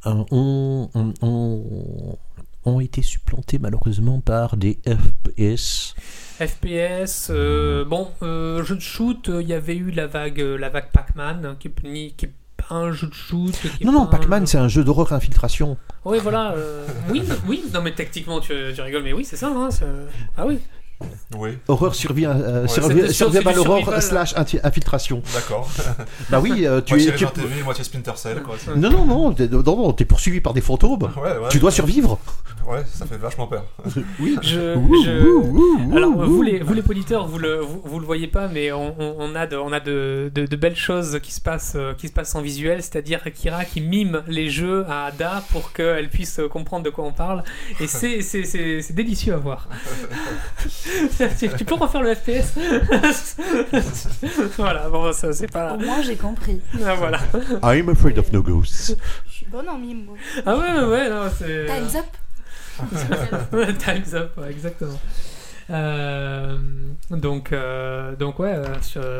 euh, ont, ont- ont- ont été supplantés malheureusement par des FPS.
FPS,
Mm.
euh, bon, euh, jeu de shoot, euh, il y avait eu la vague, euh, la vague Pac-Man, hein, qui est ni- qui est pas un jeu de shoot. qui est
Non, non,
pas un
Pac-Man,
jeu-
c'est un jeu d'horreur infiltration.
Oui, voilà. euh, oui, oui, non, mais techniquement, tu, tu rigoles, mais oui, c'est ça. hein, c'est- ah oui.
oui,
Horreur survie, euh,
Ouais,
survie-
c'était sur-
survival
c'est du
horror
survival.
slash inti- infiltration.
d'accord.
Bah oui, euh, tu
Moitié
es. tu-
Resident Evil, moitié Splinter Cell, quoi.
Non, non, non, t'es- non, non, t'es poursuivi par des fantômes.
Ouais, ouais.
Tu dois survivre.
Ouais, ça fait vachement peur.
Oui.
Je-
Ouh,
je-
ouh, ouh,
Alors,
ouh,
vous
ouh.
les, vous les politeurs, vous le, vous, vous le voyez pas, mais on, on- on a, de, on a de, de- de belles choses qui se passent, euh, qui se passent en visuel, c'est-à-dire Kira qui mime les jeux à Ada pour qu'elle puisse euh, comprendre de quoi on parle. Et c'est, c'est, c'est, c'est délicieux à voir. tu, tu peux refaire le FPS Voilà, bon, ça, c'est
Au
pas.
moins, j'ai compris.
Ah, voilà.
I'm afraid of no ghosts.
Je suis bonne en mime, moi.
Ah, ouais, ouais, ouais, non, c'est.
Time's up
Time's up, ouais, exactement. Euh, donc, euh, donc ouais, euh,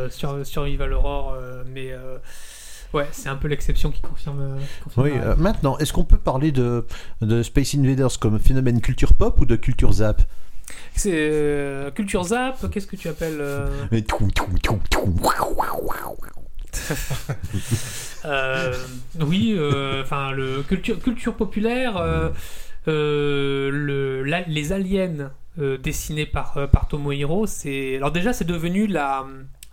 sur, sur, Survival Horror, euh, mais euh, ouais, c'est un peu l'exception qui confirme. euh, qui confirme
Oui,
la-
euh, maintenant, est-ce qu'on peut parler de, de Space Invaders comme phénomène culture pop ou de culture zap
C'est euh, Culture Zap, qu'est-ce que tu appelles euh,
Mais tou, tou, tou, tou.
euh, Oui, euh, enfin, le culture, culture populaire, euh, euh, le, la- les aliens euh, dessinés par, euh, par Tomohiro, c'est. Alors, déjà, c'est devenu la.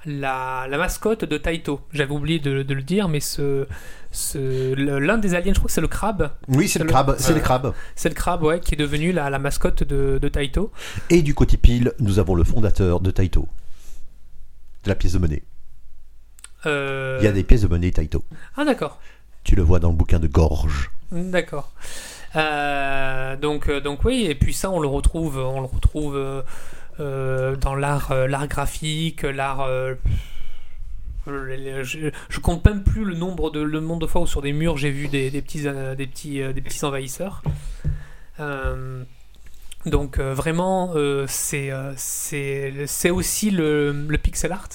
la, la mascotte de Taito. J'avais oublié de, de le dire, mais ce, ce, le- l'un des aliens, je crois que c'est le crabe.
Oui, c'est le
Le-
crabe, c'est
Ouais.
les crabes.
C'est le crabe, ouais, qui est devenu la, la mascotte de, de Taito.
Et du côté pile, nous avons le fondateur de Taito. De la pièce de monnaie.
Euh,
Il y a des pièces de monnaie Taito.
Ah, d'accord.
Tu le vois dans le bouquin de Gorge.
D'accord. Euh, donc, euh, donc oui, et puis ça, on le retrouve, on le retrouve euh, euh, dans l'art, euh, l'art graphique, l'art. euh, euh, je, je compte même plus le nombre de le nombre de fois où sur des murs j'ai vu des, des petits euh, des petits euh, des petits envahisseurs. Euh, donc euh, vraiment, euh, c'est euh, c'est c'est aussi le, le pixel art.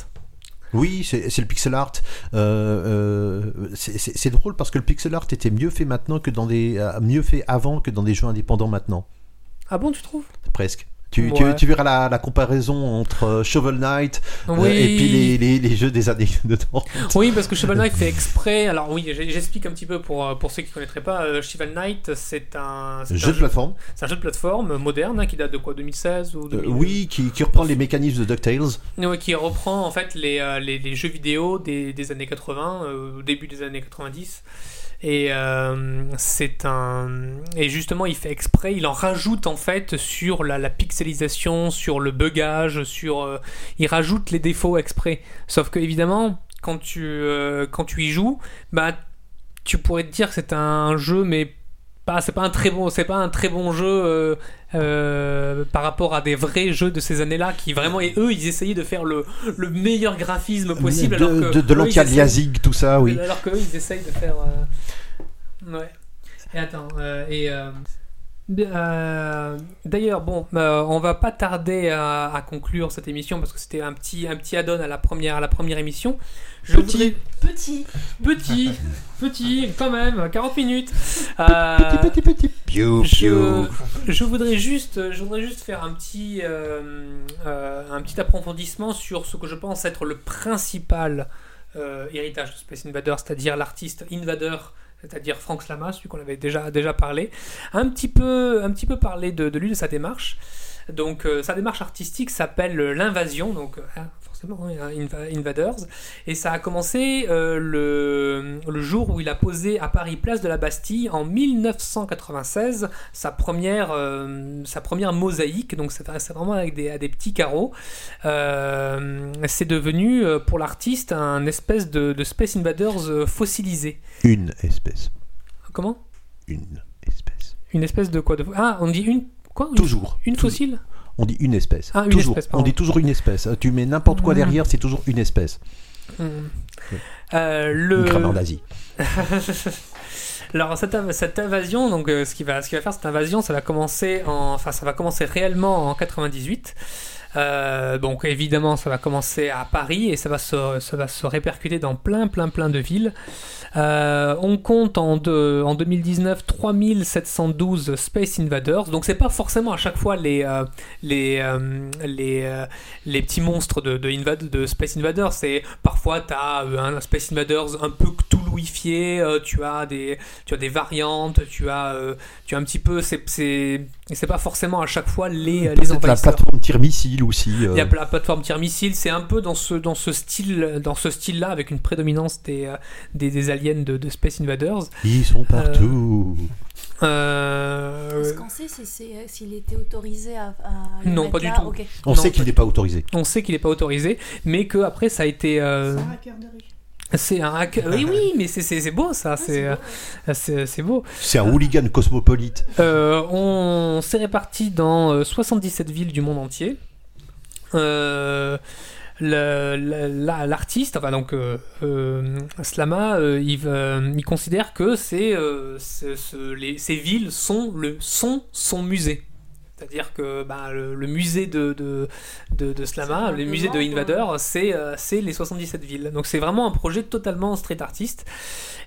Oui, c'est c'est le pixel art. Euh, euh, c'est- c'est c'est drôle parce que le pixel art était mieux fait maintenant que dans des euh, mieux fait avant que dans des jeux indépendants maintenant,
Ah bon, tu trouves
presque. Tu, tu-
Ouais.
tu verras la, la comparaison entre euh, Shovel Knight
Oui.
Euh, Et puis les, les- les jeux des années de 30.
Oui, parce que Cheval Knight fait exprès. Alors oui, j'ai- j'explique un petit peu pour, euh, pour ceux qui ne connaîtraient pas. Euh, Cheval Knight, c'est un, c'est un
Jeu de plateforme.
c'est un jeu de plateforme moderne hein, qui date de quoi 2016 ou
Euh,
2000
oui, qui, qui reprend les mécanismes de DuckTales.
Ouais, qui reprend en fait les, euh, les, les jeux vidéo des, des années 80, euh, au début des années 90. Et euh, c'est un et justement il fait exprès, il en rajoute en fait sur la, la pixelisation, sur le bugage, sur euh, il rajoute les défauts exprès. Sauf que évidemment quand tu euh, quand tu y joues, bah tu pourrais te dire que c'est un jeu mais pas c'est pas un très bon c'est pas un très bon jeu euh, euh, par rapport à des vrais jeux de ces années-là qui vraiment et eux ils essayaient de faire le, le meilleur graphisme possible
de,
alors que
de, de
eux, ils
l'anti-aliasing, tout ça, Ah oui.
alors qu'eux, ils essayent de faire. euh, Ouais. Et attends, euh, et. euh, d- euh, D'ailleurs, bon, euh, on va pas tarder à, à conclure cette émission parce que c'était un petit, un petit add-on à la première, à la première émission. Je
Petit.
voudrais-
Petit.
petit, petit, quand même, 40 minutes. Euh,
Petit, petit, petit. Piou,
je,
piou.
je voudrais juste, je voudrais juste faire un petit, euh, euh, un petit approfondissement sur ce que je pense être le principal euh, héritage de Space Invader, c'est-à-dire l'artiste Invader, c'est-à-dire Frank Slama, celui qu'on avait déjà, déjà parlé. Un petit peu, un petit peu parler de, de lui, de sa démarche. Donc euh, sa démarche artistique s'appelle euh, l'invasion, donc euh, hein, forcément hein, Inva- Invaders. Et ça a commencé euh, le, le jour où il a posé à Paris Place de la Bastille en 1996 sa première, euh, sa première mosaïque. Donc c'est c'est vraiment avec des, à des petits carreaux. Euh, c'est devenu euh, pour l'artiste un espèce de, de Space Invaders euh, fossilisé.
Une espèce.
Comment
Une espèce.
Une espèce de quoi de... Ah, on dit une... Quoi Une-
Toujours.
Une fossile
On dit une espèce.
Ah, une
toujours.
espèce,
On
pardon.
dit toujours une espèce. Tu mets n'importe quoi
Mm.
derrière, c'est toujours une espèce.
Hmm.
Ouais.
Euh,
Une
le...
grammaire d'Asie.
Alors cette, inv- cette invasion, donc euh, ce qui va, ce qui va faire cette invasion, ça va commencer en, enfin ça va commencer réellement en 98. Euh, donc évidemment, ça va commencer à Paris et ça va se, ça va se répercuter dans plein, plein, plein de villes. Euh, on compte en, deux- en 2019 3712 Space Invaders. Donc c'est pas forcément à chaque fois les, euh, les, euh, les, euh, les petits monstres de, de, Invad- de Space Invaders. C'est parfois t'as euh, un Space Invaders un peu cthulhuifié, euh, tu as des tu as des variantes, tu as euh, tu as un petit peu c'est c'est c'est pas forcément à chaque fois euh, les les
Peut-être la
envahisseurs.
plateforme tire-missile aussi. euh,
Il y a la plateforme tir missile, c'est un peu dans ce dans ce style dans ce style là avec une prédominance des euh, des, des aliens de, de Space Invaders.
Ils sont partout.
Euh,
Est-ce qu'on sait si c'est- euh, s'il était autorisé à, à le
Non,
mettre
pas du
là
tout.
Ok.
On
Non,
sait
pas-
qu'il n'est pas autorisé.
on sait qu'il n'est pas autorisé, mais que après ça a été euh,
C'est un hacker de rue.
c'est un hack. Oui oui, mais c'est c'est c'est beau ça, c'est euh, c'est c'est beau.
C'est un hooligan cosmopolite.
Euh, on s'est répartis dans euh, 77 villes du monde entier. Euh, le- le- la- L'artiste, enfin donc euh, euh, Slama, euh, il, euh, il considère que c'est, euh, ce- ce- les- ces villes sont le sont son musée. C'est-à-dire que bah, le, le musée de, de, de, de Slama,
C'est
le musée de
vraiment,
Invader, c'est euh, c'est les 77 villes. Donc c'est vraiment un projet totalement street artiste.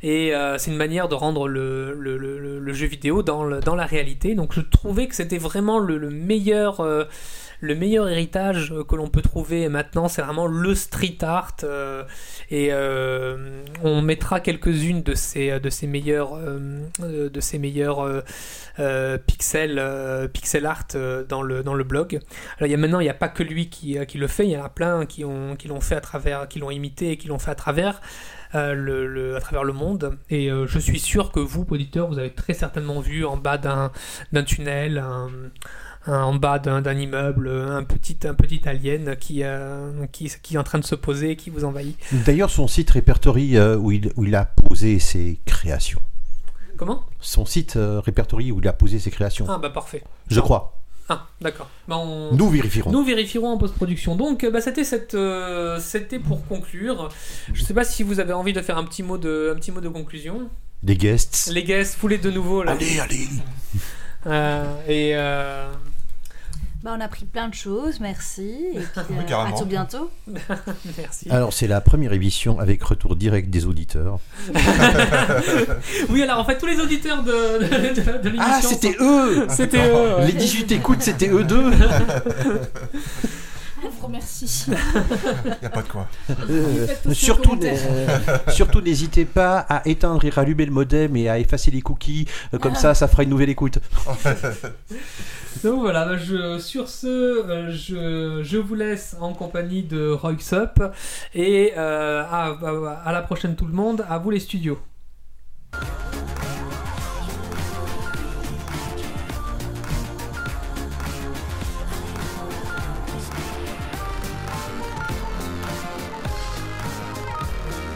Et euh, c'est une manière de rendre le, le- le- le- le jeu vidéo dans, le- dans la réalité. Donc je trouvais que c'était vraiment le, le meilleur, euh, le meilleur héritage euh, que l'on peut trouver maintenant. C'est vraiment le street art. euh, et euh, on mettra quelques-unes de ces, de ces meilleurs, euh, euh, de ces meilleurs euh, euh, pixel, euh, pixel art euh, dans, le, dans le blog. Alors, il y a maintenant, il n'y a pas que lui qui, euh, qui le fait. Il y en a plein qui, ont, qui l'ont fait à travers, qui l'ont imité et qui l'ont fait à travers euh, le, le- à travers le monde. Et euh, je suis sûr que vous, auditeurs, vous avez très certainement vu en bas d'un d'un tunnel, un- un- hein, en bas d'un d'un immeuble, un petit, un petit alien qui, euh, qui, qui est en train de se poser et qui vous envahit.
D'ailleurs, son site répertorie euh, où, il, où il a posé ses créations.
Comment
Son site euh, répertorie où il a posé ses créations.
Ah, bah parfait.
Je crois.
Ah, d'accord. Bah, on-
Nous vérifierons.
Nous vérifierons en post-production. Donc, euh, bah, c'était cette, euh, c'était pour conclure. Je sais pas si vous avez envie de faire un petit mot de, un petit mot de conclusion.
Des guests.
Les guests, foulez de nouveau là.
Allez, allez.
Euh, et euh,
Bah, on a pris plein de choses, merci. Et puis, euh, à
carrément.
tout bientôt.
merci.
Alors, c'est la première émission avec retour direct des auditeurs.
Oui, alors en fait, tous les auditeurs de, de, de- de l'émission.
Ah, c'était eux
sont- C'était eux, ouais.
Les 18 écoutes, c'était eux deux
On vous remercie.
Y a pas de quoi.
Euh,
Faites tous
surtout,
vos
euh, surtout n'hésitez pas à éteindre et rallumer le modem et à effacer les cookies. Euh, Comme ça, ça fera une nouvelle écoute.
Donc voilà, bah, je, sur ce, euh, je, je vous laisse en compagnie de Royx Up et euh, à, à- à la prochaine tout le monde, à vous les studios.